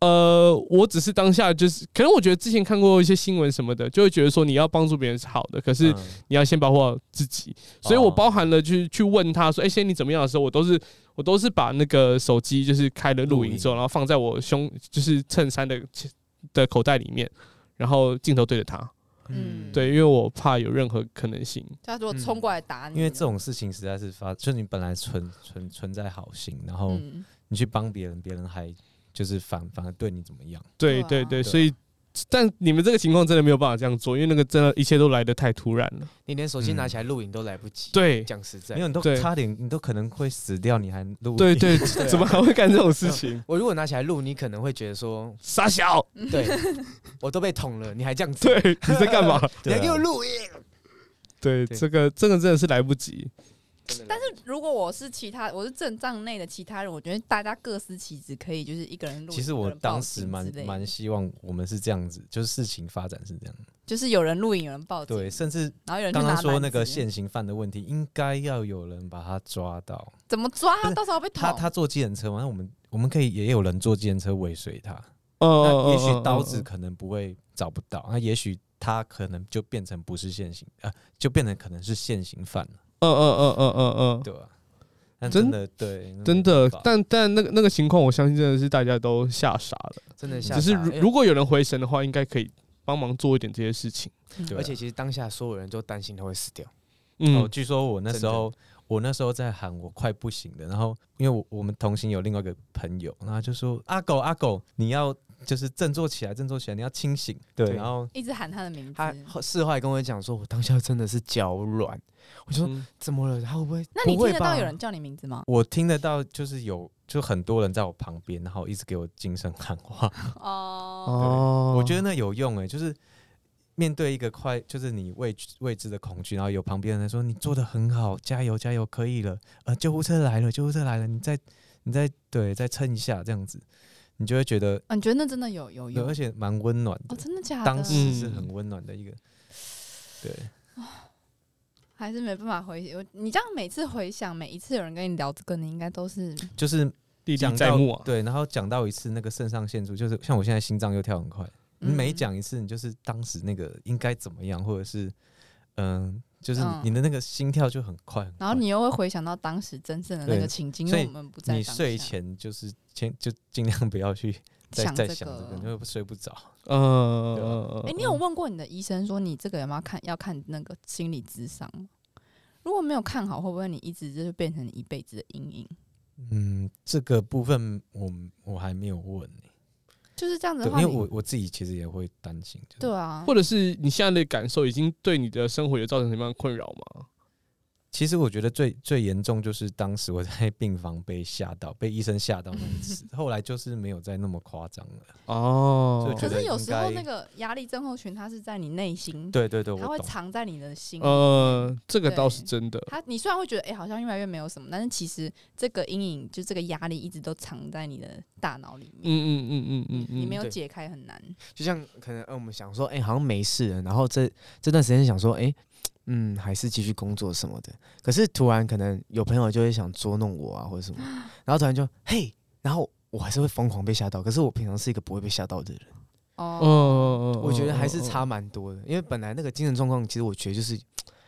S1: 呃，我只是当下就是，可能我觉得之前看过一些新闻什么的，就会觉得说你要帮助别人是好的，可是
S4: 嗯哦
S1: 你要先保护好自己。所以我包含了去去问他说：“哎、先你怎么样的时候，我都是我都是把那个手机就是开了录
S4: 录
S1: 影
S4: 影
S1: 之后，然后放在我胸就是衬衫的的口袋里面，然后镜头对着他。
S2: 嗯
S1: 对，因为我怕有任何可能性。
S2: 啊他如果冲过来打你，
S4: 因为这种事情实在是发，就是你本来存存存在好心，然后
S2: 嗯，
S4: 你去帮别人，别人还就是反反而对你怎么样。
S1: 对
S2: 对
S1: 对
S2: 啊
S1: 对，
S4: 对
S1: 所以但你们这个情况真的没有办法这样做，因为那个真的一切都来得太突然了。
S3: 你连手机拿起来录影都来不及。，
S1: 对
S3: 讲实在
S4: 没，有，你都
S1: 对
S4: 差点，你都可能会死掉，你还录
S1: 对
S4: 影，
S1: 对，怎么还会干这种事 情？
S3: 我如果拿起来录，你可能会觉得说，
S1: 傻小，
S2: 嗯
S3: 对我都被捅了，你还这样 子，
S1: 对，你在干嘛？
S3: 你
S4: 对啊
S3: 还给我录影，
S1: 对，
S3: 对
S1: 这个这个真的是来不及。
S3: 但是
S2: 如果我是其他，我是阵仗内的其他人，我觉得大家各司其职，可以就是一个人录影。
S4: 其实
S2: 一个
S4: 我
S2: 人报
S4: 当
S2: 警
S4: 时蛮
S2: 之类的
S4: 蛮希望我们是这样子，就是事情发展是这样。
S2: 就是有人录影，有人报警，
S4: 对，甚至
S2: 然后有人去
S4: 刚
S2: 拿
S4: 刚说
S2: 篮
S4: 那个
S2: 子
S4: 现行犯的问题，应该要有人把他抓到。
S2: 怎么抓
S4: 不
S2: 他，
S4: 是
S2: 到时候被捅
S4: 他他坐计程车嘛，那我们我们可以也有人坐计程车尾随他，
S1: 呃
S2: 哦
S4: 那，也许刀子可能不会找不到，那也许他可能就变成不是现行啊、就变成可能是现行犯了，
S1: 嗯，嗯嗯嗯嗯
S2: 哦
S1: 嗯嗯，
S4: 对吧、但
S1: 真
S4: 真的对，那
S1: 真
S4: 没办
S1: 的
S4: 法，
S1: 但但那个那个情况，我相信真的是大家都吓傻了。
S3: 真的吓
S1: 只是
S3: 傻了
S1: 如
S3: 因为
S1: 如果有人回神的话，应该可以帮忙做一点这些事情。
S4: 对啊
S3: 而且其实当下所有人都担心他会死掉，
S4: 哦，
S1: 嗯，
S4: 据说我那时候，我那时候在喊我快不行了，然后因为我我们同行有另外一个朋友，然后他就说阿狗阿狗，你要就是振作起来，振作起来，你要清醒。对，
S3: 对
S4: 然后
S2: 一直喊他的名字
S3: 他。后事后还跟我讲说，我当下真的是脚软，我说
S1: 嗯
S3: 怎么了？他会不会？
S2: 那你
S3: 不会
S2: 听得到
S3: 吧
S2: 有人叫你名字吗？
S4: 我听得到，就是有就很多人在我旁边，然后一直给我精神喊话，
S2: 哦，
S1: 哦，
S4: 我觉得那有用诶、就是。面对一个快，就是你未知未知的恐惧，然后有旁边人在说你做的很好，加油加油，可以了，呃，救护车来了，救护车来了，你再你再对再撑一下，这样子，你就会觉得
S2: 啊你觉得那真的有有
S4: 对，
S2: 用
S4: 而且蛮温暖
S2: 哦？
S4: 的，
S2: 真的假的？
S4: 当时是
S1: 嗯
S4: 很温暖的一个。对，
S2: 还是没办法回我你这样每次回想，每一次有人跟你聊这个，你应该都是
S4: 就是
S1: 历历
S4: 讲
S1: 在
S4: 到
S1: 目啊。
S4: 对，然后讲到一次那个肾上腺素，就是像我现在心脏又跳很快，你每
S2: 嗯
S4: 讲一次，你就是当时那个应该怎么样，或者是嗯、就是
S2: 嗯
S4: 你的那个心跳就很快。很
S2: 然后
S4: 快
S2: 你又会回想到当时真正的那
S4: 对
S2: 个情境，因
S4: 所
S2: 为
S4: 以
S2: 我们不在
S4: 你
S2: 当
S4: 睡
S2: 下
S4: 前就是先就尽量不要去 再
S2: 想
S4: 再
S2: 这
S4: 想这
S2: 个
S4: 个，你会睡不着。
S1: 嗯嗯
S4: 对啊
S1: 嗯，
S2: 哎、
S1: 嗯
S2: 你有问过你的医生说你这个有没有看要看那个心理智商吗？如果没有看好，会不会你一直就是变成你一辈子的阴影？
S4: 嗯，这个部分我我还没有问、欸，
S2: 就是这样子
S4: 对
S2: 的，话，
S4: 因为
S2: 你
S4: 我我自己其实也会担心。就是
S2: 对啊，
S1: 或者是你现在的感受已经对你的生活有造成什么样的困扰吗？
S4: 其实我觉得最最严重就是当时我在病房被吓到，被医生吓到那一 次，后来就是没有再那么夸张了。
S1: 哦
S4: 就觉
S2: 可
S4: 得
S2: 是有时候
S4: 应
S2: 那
S4: 该
S2: 个压力症候群，它是在你内心，
S4: 对对对，我
S2: 它会
S4: 懂。
S2: 藏在你的心里。
S1: 呃，这个倒
S2: 对
S1: 是真的。
S2: 它你虽然会觉得哎、诶好像越来越没有什么，但是其实这个阴影就这个压力一直都藏在你的大脑里
S1: 嗯
S2: 面，
S1: 嗯嗯嗯嗯嗯，
S2: 你没有
S3: 对
S2: 解开很难。
S3: 就像可能，呃，我们想说，哎、好像没事了。然后这这段时间想说，哎、嗯，还是继续工作什么的。可是突然可能有朋友就会想捉弄我啊，或 者什么，然后突然就嘿，然后我还是会疯狂被吓到。可是我平常是一个不会被吓到的人，
S1: 嗯。
S2: 哦，
S1: 嗯，嗯
S3: 我觉得还
S4: 哦
S3: 是。
S1: 嗯嗯
S3: 差蛮多的。因为本来那个精神状况，其实我觉得就是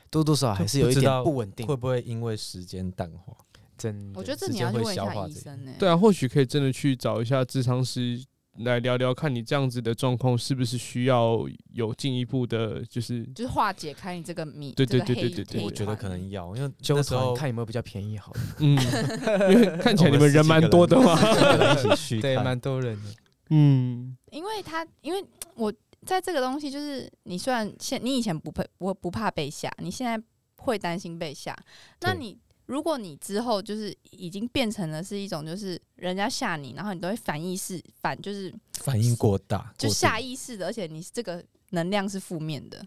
S3: 多多少少还是有
S4: 不
S3: 一
S4: 知
S3: 点
S4: 道
S3: 不稳定
S4: 会。不会因为时间淡化？
S3: 真的，
S2: 我觉得这
S4: 嗯时
S2: 你
S4: 间
S2: 要去
S4: 会
S2: 问一
S4: 消
S2: 下
S4: 化
S2: 医
S4: 这一
S2: 生呢、欸
S1: 嗯对啊，或许可以真的去找一下智商师来聊聊，看你这样子的状况是不是需要有进一步的， 就是
S2: 就是化解开你这个谜，
S1: 对
S2: 这个
S1: 对对
S2: 黑
S1: 对对对
S2: 黑
S4: 我觉得
S2: 团
S4: 可能要，因为
S3: 纠
S4: 那时候
S3: 团看有没有比较便宜好了。
S1: 嗯，因为看起来你们人蛮多的嘛。
S4: 一起去
S3: 对，
S4: 看
S3: 蛮多人的。
S1: 嗯，
S2: 因为他，因为我在这个东西，就是你虽然现你以前不怕不不怕被吓，你现在会担心被吓，那
S4: 对
S2: 你。如果你之后就是已经变成了是一种，就是人家吓你，然后你都会反意识反，就是
S4: 反应过大，
S2: 就
S4: 过度
S2: 下意识的，而且你这个能量是负面的，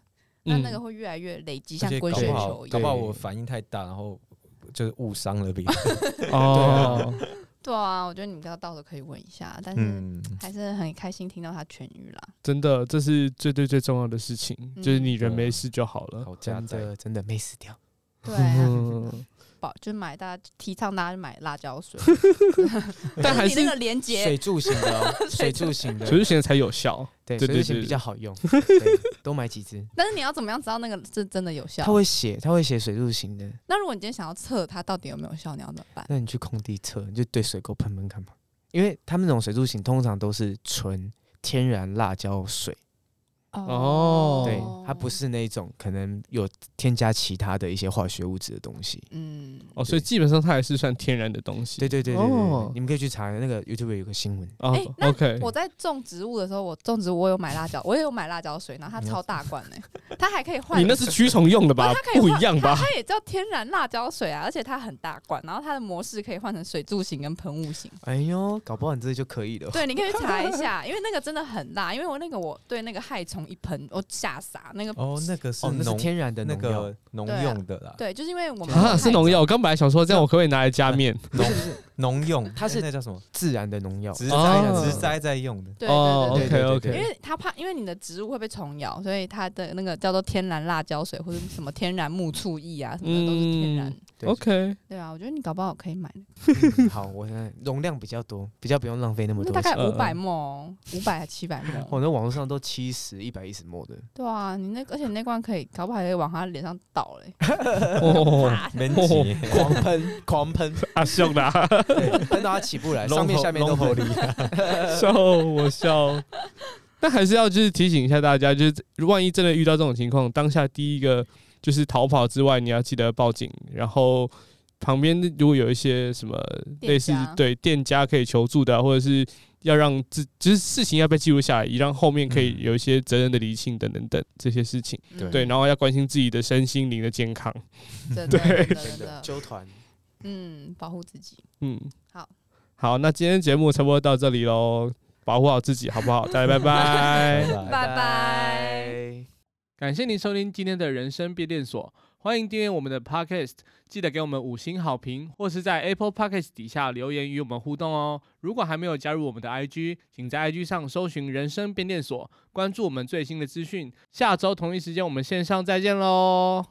S2: 那那个会越来越累积，
S4: 而
S2: 像
S4: 且嗯搞
S2: 滚
S4: 不
S2: 雪
S4: 好
S2: 球一
S4: 搞不
S2: 样。
S4: 好
S3: 对
S4: 我反应太大，然后就是误伤了别人。
S1: 嗯 哦，
S2: 对啊，我觉得你们到到时候可以问一下，但是
S4: 嗯，
S2: 还是很开心听到他痊愈啦。
S1: 真的，这是最最最重要的事情，就是你人没事就好了。
S4: 好加
S3: 真
S4: 载。
S3: 的真的没死掉，
S2: 对
S1: 嗯
S2: 啊，保就是买大家提倡大家买辣椒水，
S1: 但还
S2: 你那
S1: 是
S2: 个连接
S3: 水柱型的哦，水柱型的，
S1: 水是现在才有效。
S3: 对，
S1: 对
S3: 水
S1: 对
S3: 柱型
S1: 对
S3: 比较好 用，对多买几支。
S2: 但是你要怎么样知道那个是真的有效
S3: 他？会写，他会写水柱型的。
S2: 那如果你今天想要测它到底有没有效，你要怎么办？
S3: 那你去空地测，你就对水沟喷喷看嘛。因为他们那种水柱型通常都是纯天然辣椒水，
S1: 哦
S3: 对，它不，是那种可能有添加其他的一些化学物质的东西。
S2: 嗯，
S1: 哦，所以基本上它也是算天然的东西。
S3: 对对对对对对
S1: 哦
S3: 你们可以去查那个 YouTube 有个新闻，
S1: 哦
S2: 哎那
S1: OK，
S2: 我在种植物的时候，我种植物我有买辣椒，我也有买辣椒水，然后它超大罐呢、它还可以换。
S1: 你那是驱虫用的
S2: 不
S1: 吧
S2: 哦它？可以
S1: 不一
S2: 换
S1: 样吧
S2: 它？它也叫天然辣椒水啊，而且它很大罐，然后它的模式可以换成水柱型跟喷雾型。
S3: 哎呦，搞不好你这就可以
S1: 哦
S3: 了。
S2: 对，你可以去查一 下，因为那个真的很辣，因为我那个我对那个害虫一喷，我吓傻那个。
S4: 哦，那个是
S3: 哦，那是
S4: 农
S3: 天然的
S4: 那
S3: 农药
S4: 个农
S2: 对啊
S4: 用的啦，
S2: 对，就是因为我们
S1: 啊，是农药。我刚本来想说，这样我可不可以拿来加面？
S4: 农农用，
S3: 它是啊
S4: 哎那叫什么？
S3: 自然的农药。
S4: 植
S1: 哦
S4: 栽植栽在用的。
S2: 对对
S1: 哦
S2: 对对
S1: ，OK
S3: 对
S2: 因
S1: OK，
S2: 为它怕，因为你的植物会被虫咬，所以它的那个叫做天然辣椒水或者什么天然木醋液啊，什么的都是天然。
S1: 嗯 OK，
S2: 对啊，我觉得你搞不好可以买。
S3: 嗯好，我现在容量比较多，比较不用浪费那么
S2: 那
S3: 多
S2: 大概
S3: 钱。
S1: 嗯哦
S2: 五
S1: 嗯
S2: 百墨，五百还七百墨。
S3: 我那网络上都七十、一百一十模的，
S2: 对啊，你那个而且你那罐可以，搞不好还可以往他脸上倒嘞。
S1: 哦，
S2: 啊
S4: 没
S1: 哦
S4: 急，
S3: 狂喷、狂喷，
S1: 啊，凶啦，
S3: 对喷到它起不来，上面、下面都
S4: 合
S3: 喷
S4: 理。。
S1: 笑我笑。但还是要就是提醒一下大家，就是万一真的遇到这种情况，当下第一个就是逃跑之外，你要记得报警，然后。旁边如果有一些什么类似
S2: 店家
S1: 对店家可以求助的啊、或者是要让自就是事情要被记录下来，以让后面可以
S3: 嗯
S1: 有一些责任的厘清等等等这些事情。
S2: 嗯
S1: 对，，然后要关心自己的身心灵的健康。
S2: 真的
S1: 对
S2: 真的真的，
S3: 纠团，
S2: 嗯，保护自己。
S1: 嗯，
S2: 好，
S1: 好，那今天节目差不多到这里喽，保护好自己，好不好？大家拜拜。
S4: 拜
S2: 拜拜。
S1: 感谢您收听今天的人生变电所，欢迎订阅我们的 Podcast，记得给我们五星好评，或是在 Apple Podcast 底下留言与我们互动哦。如果还没有加入我们的 IG，请在 IG 上搜寻“人生变电所”，关注我们最新的资讯。下周同一时间我们线上再见喽。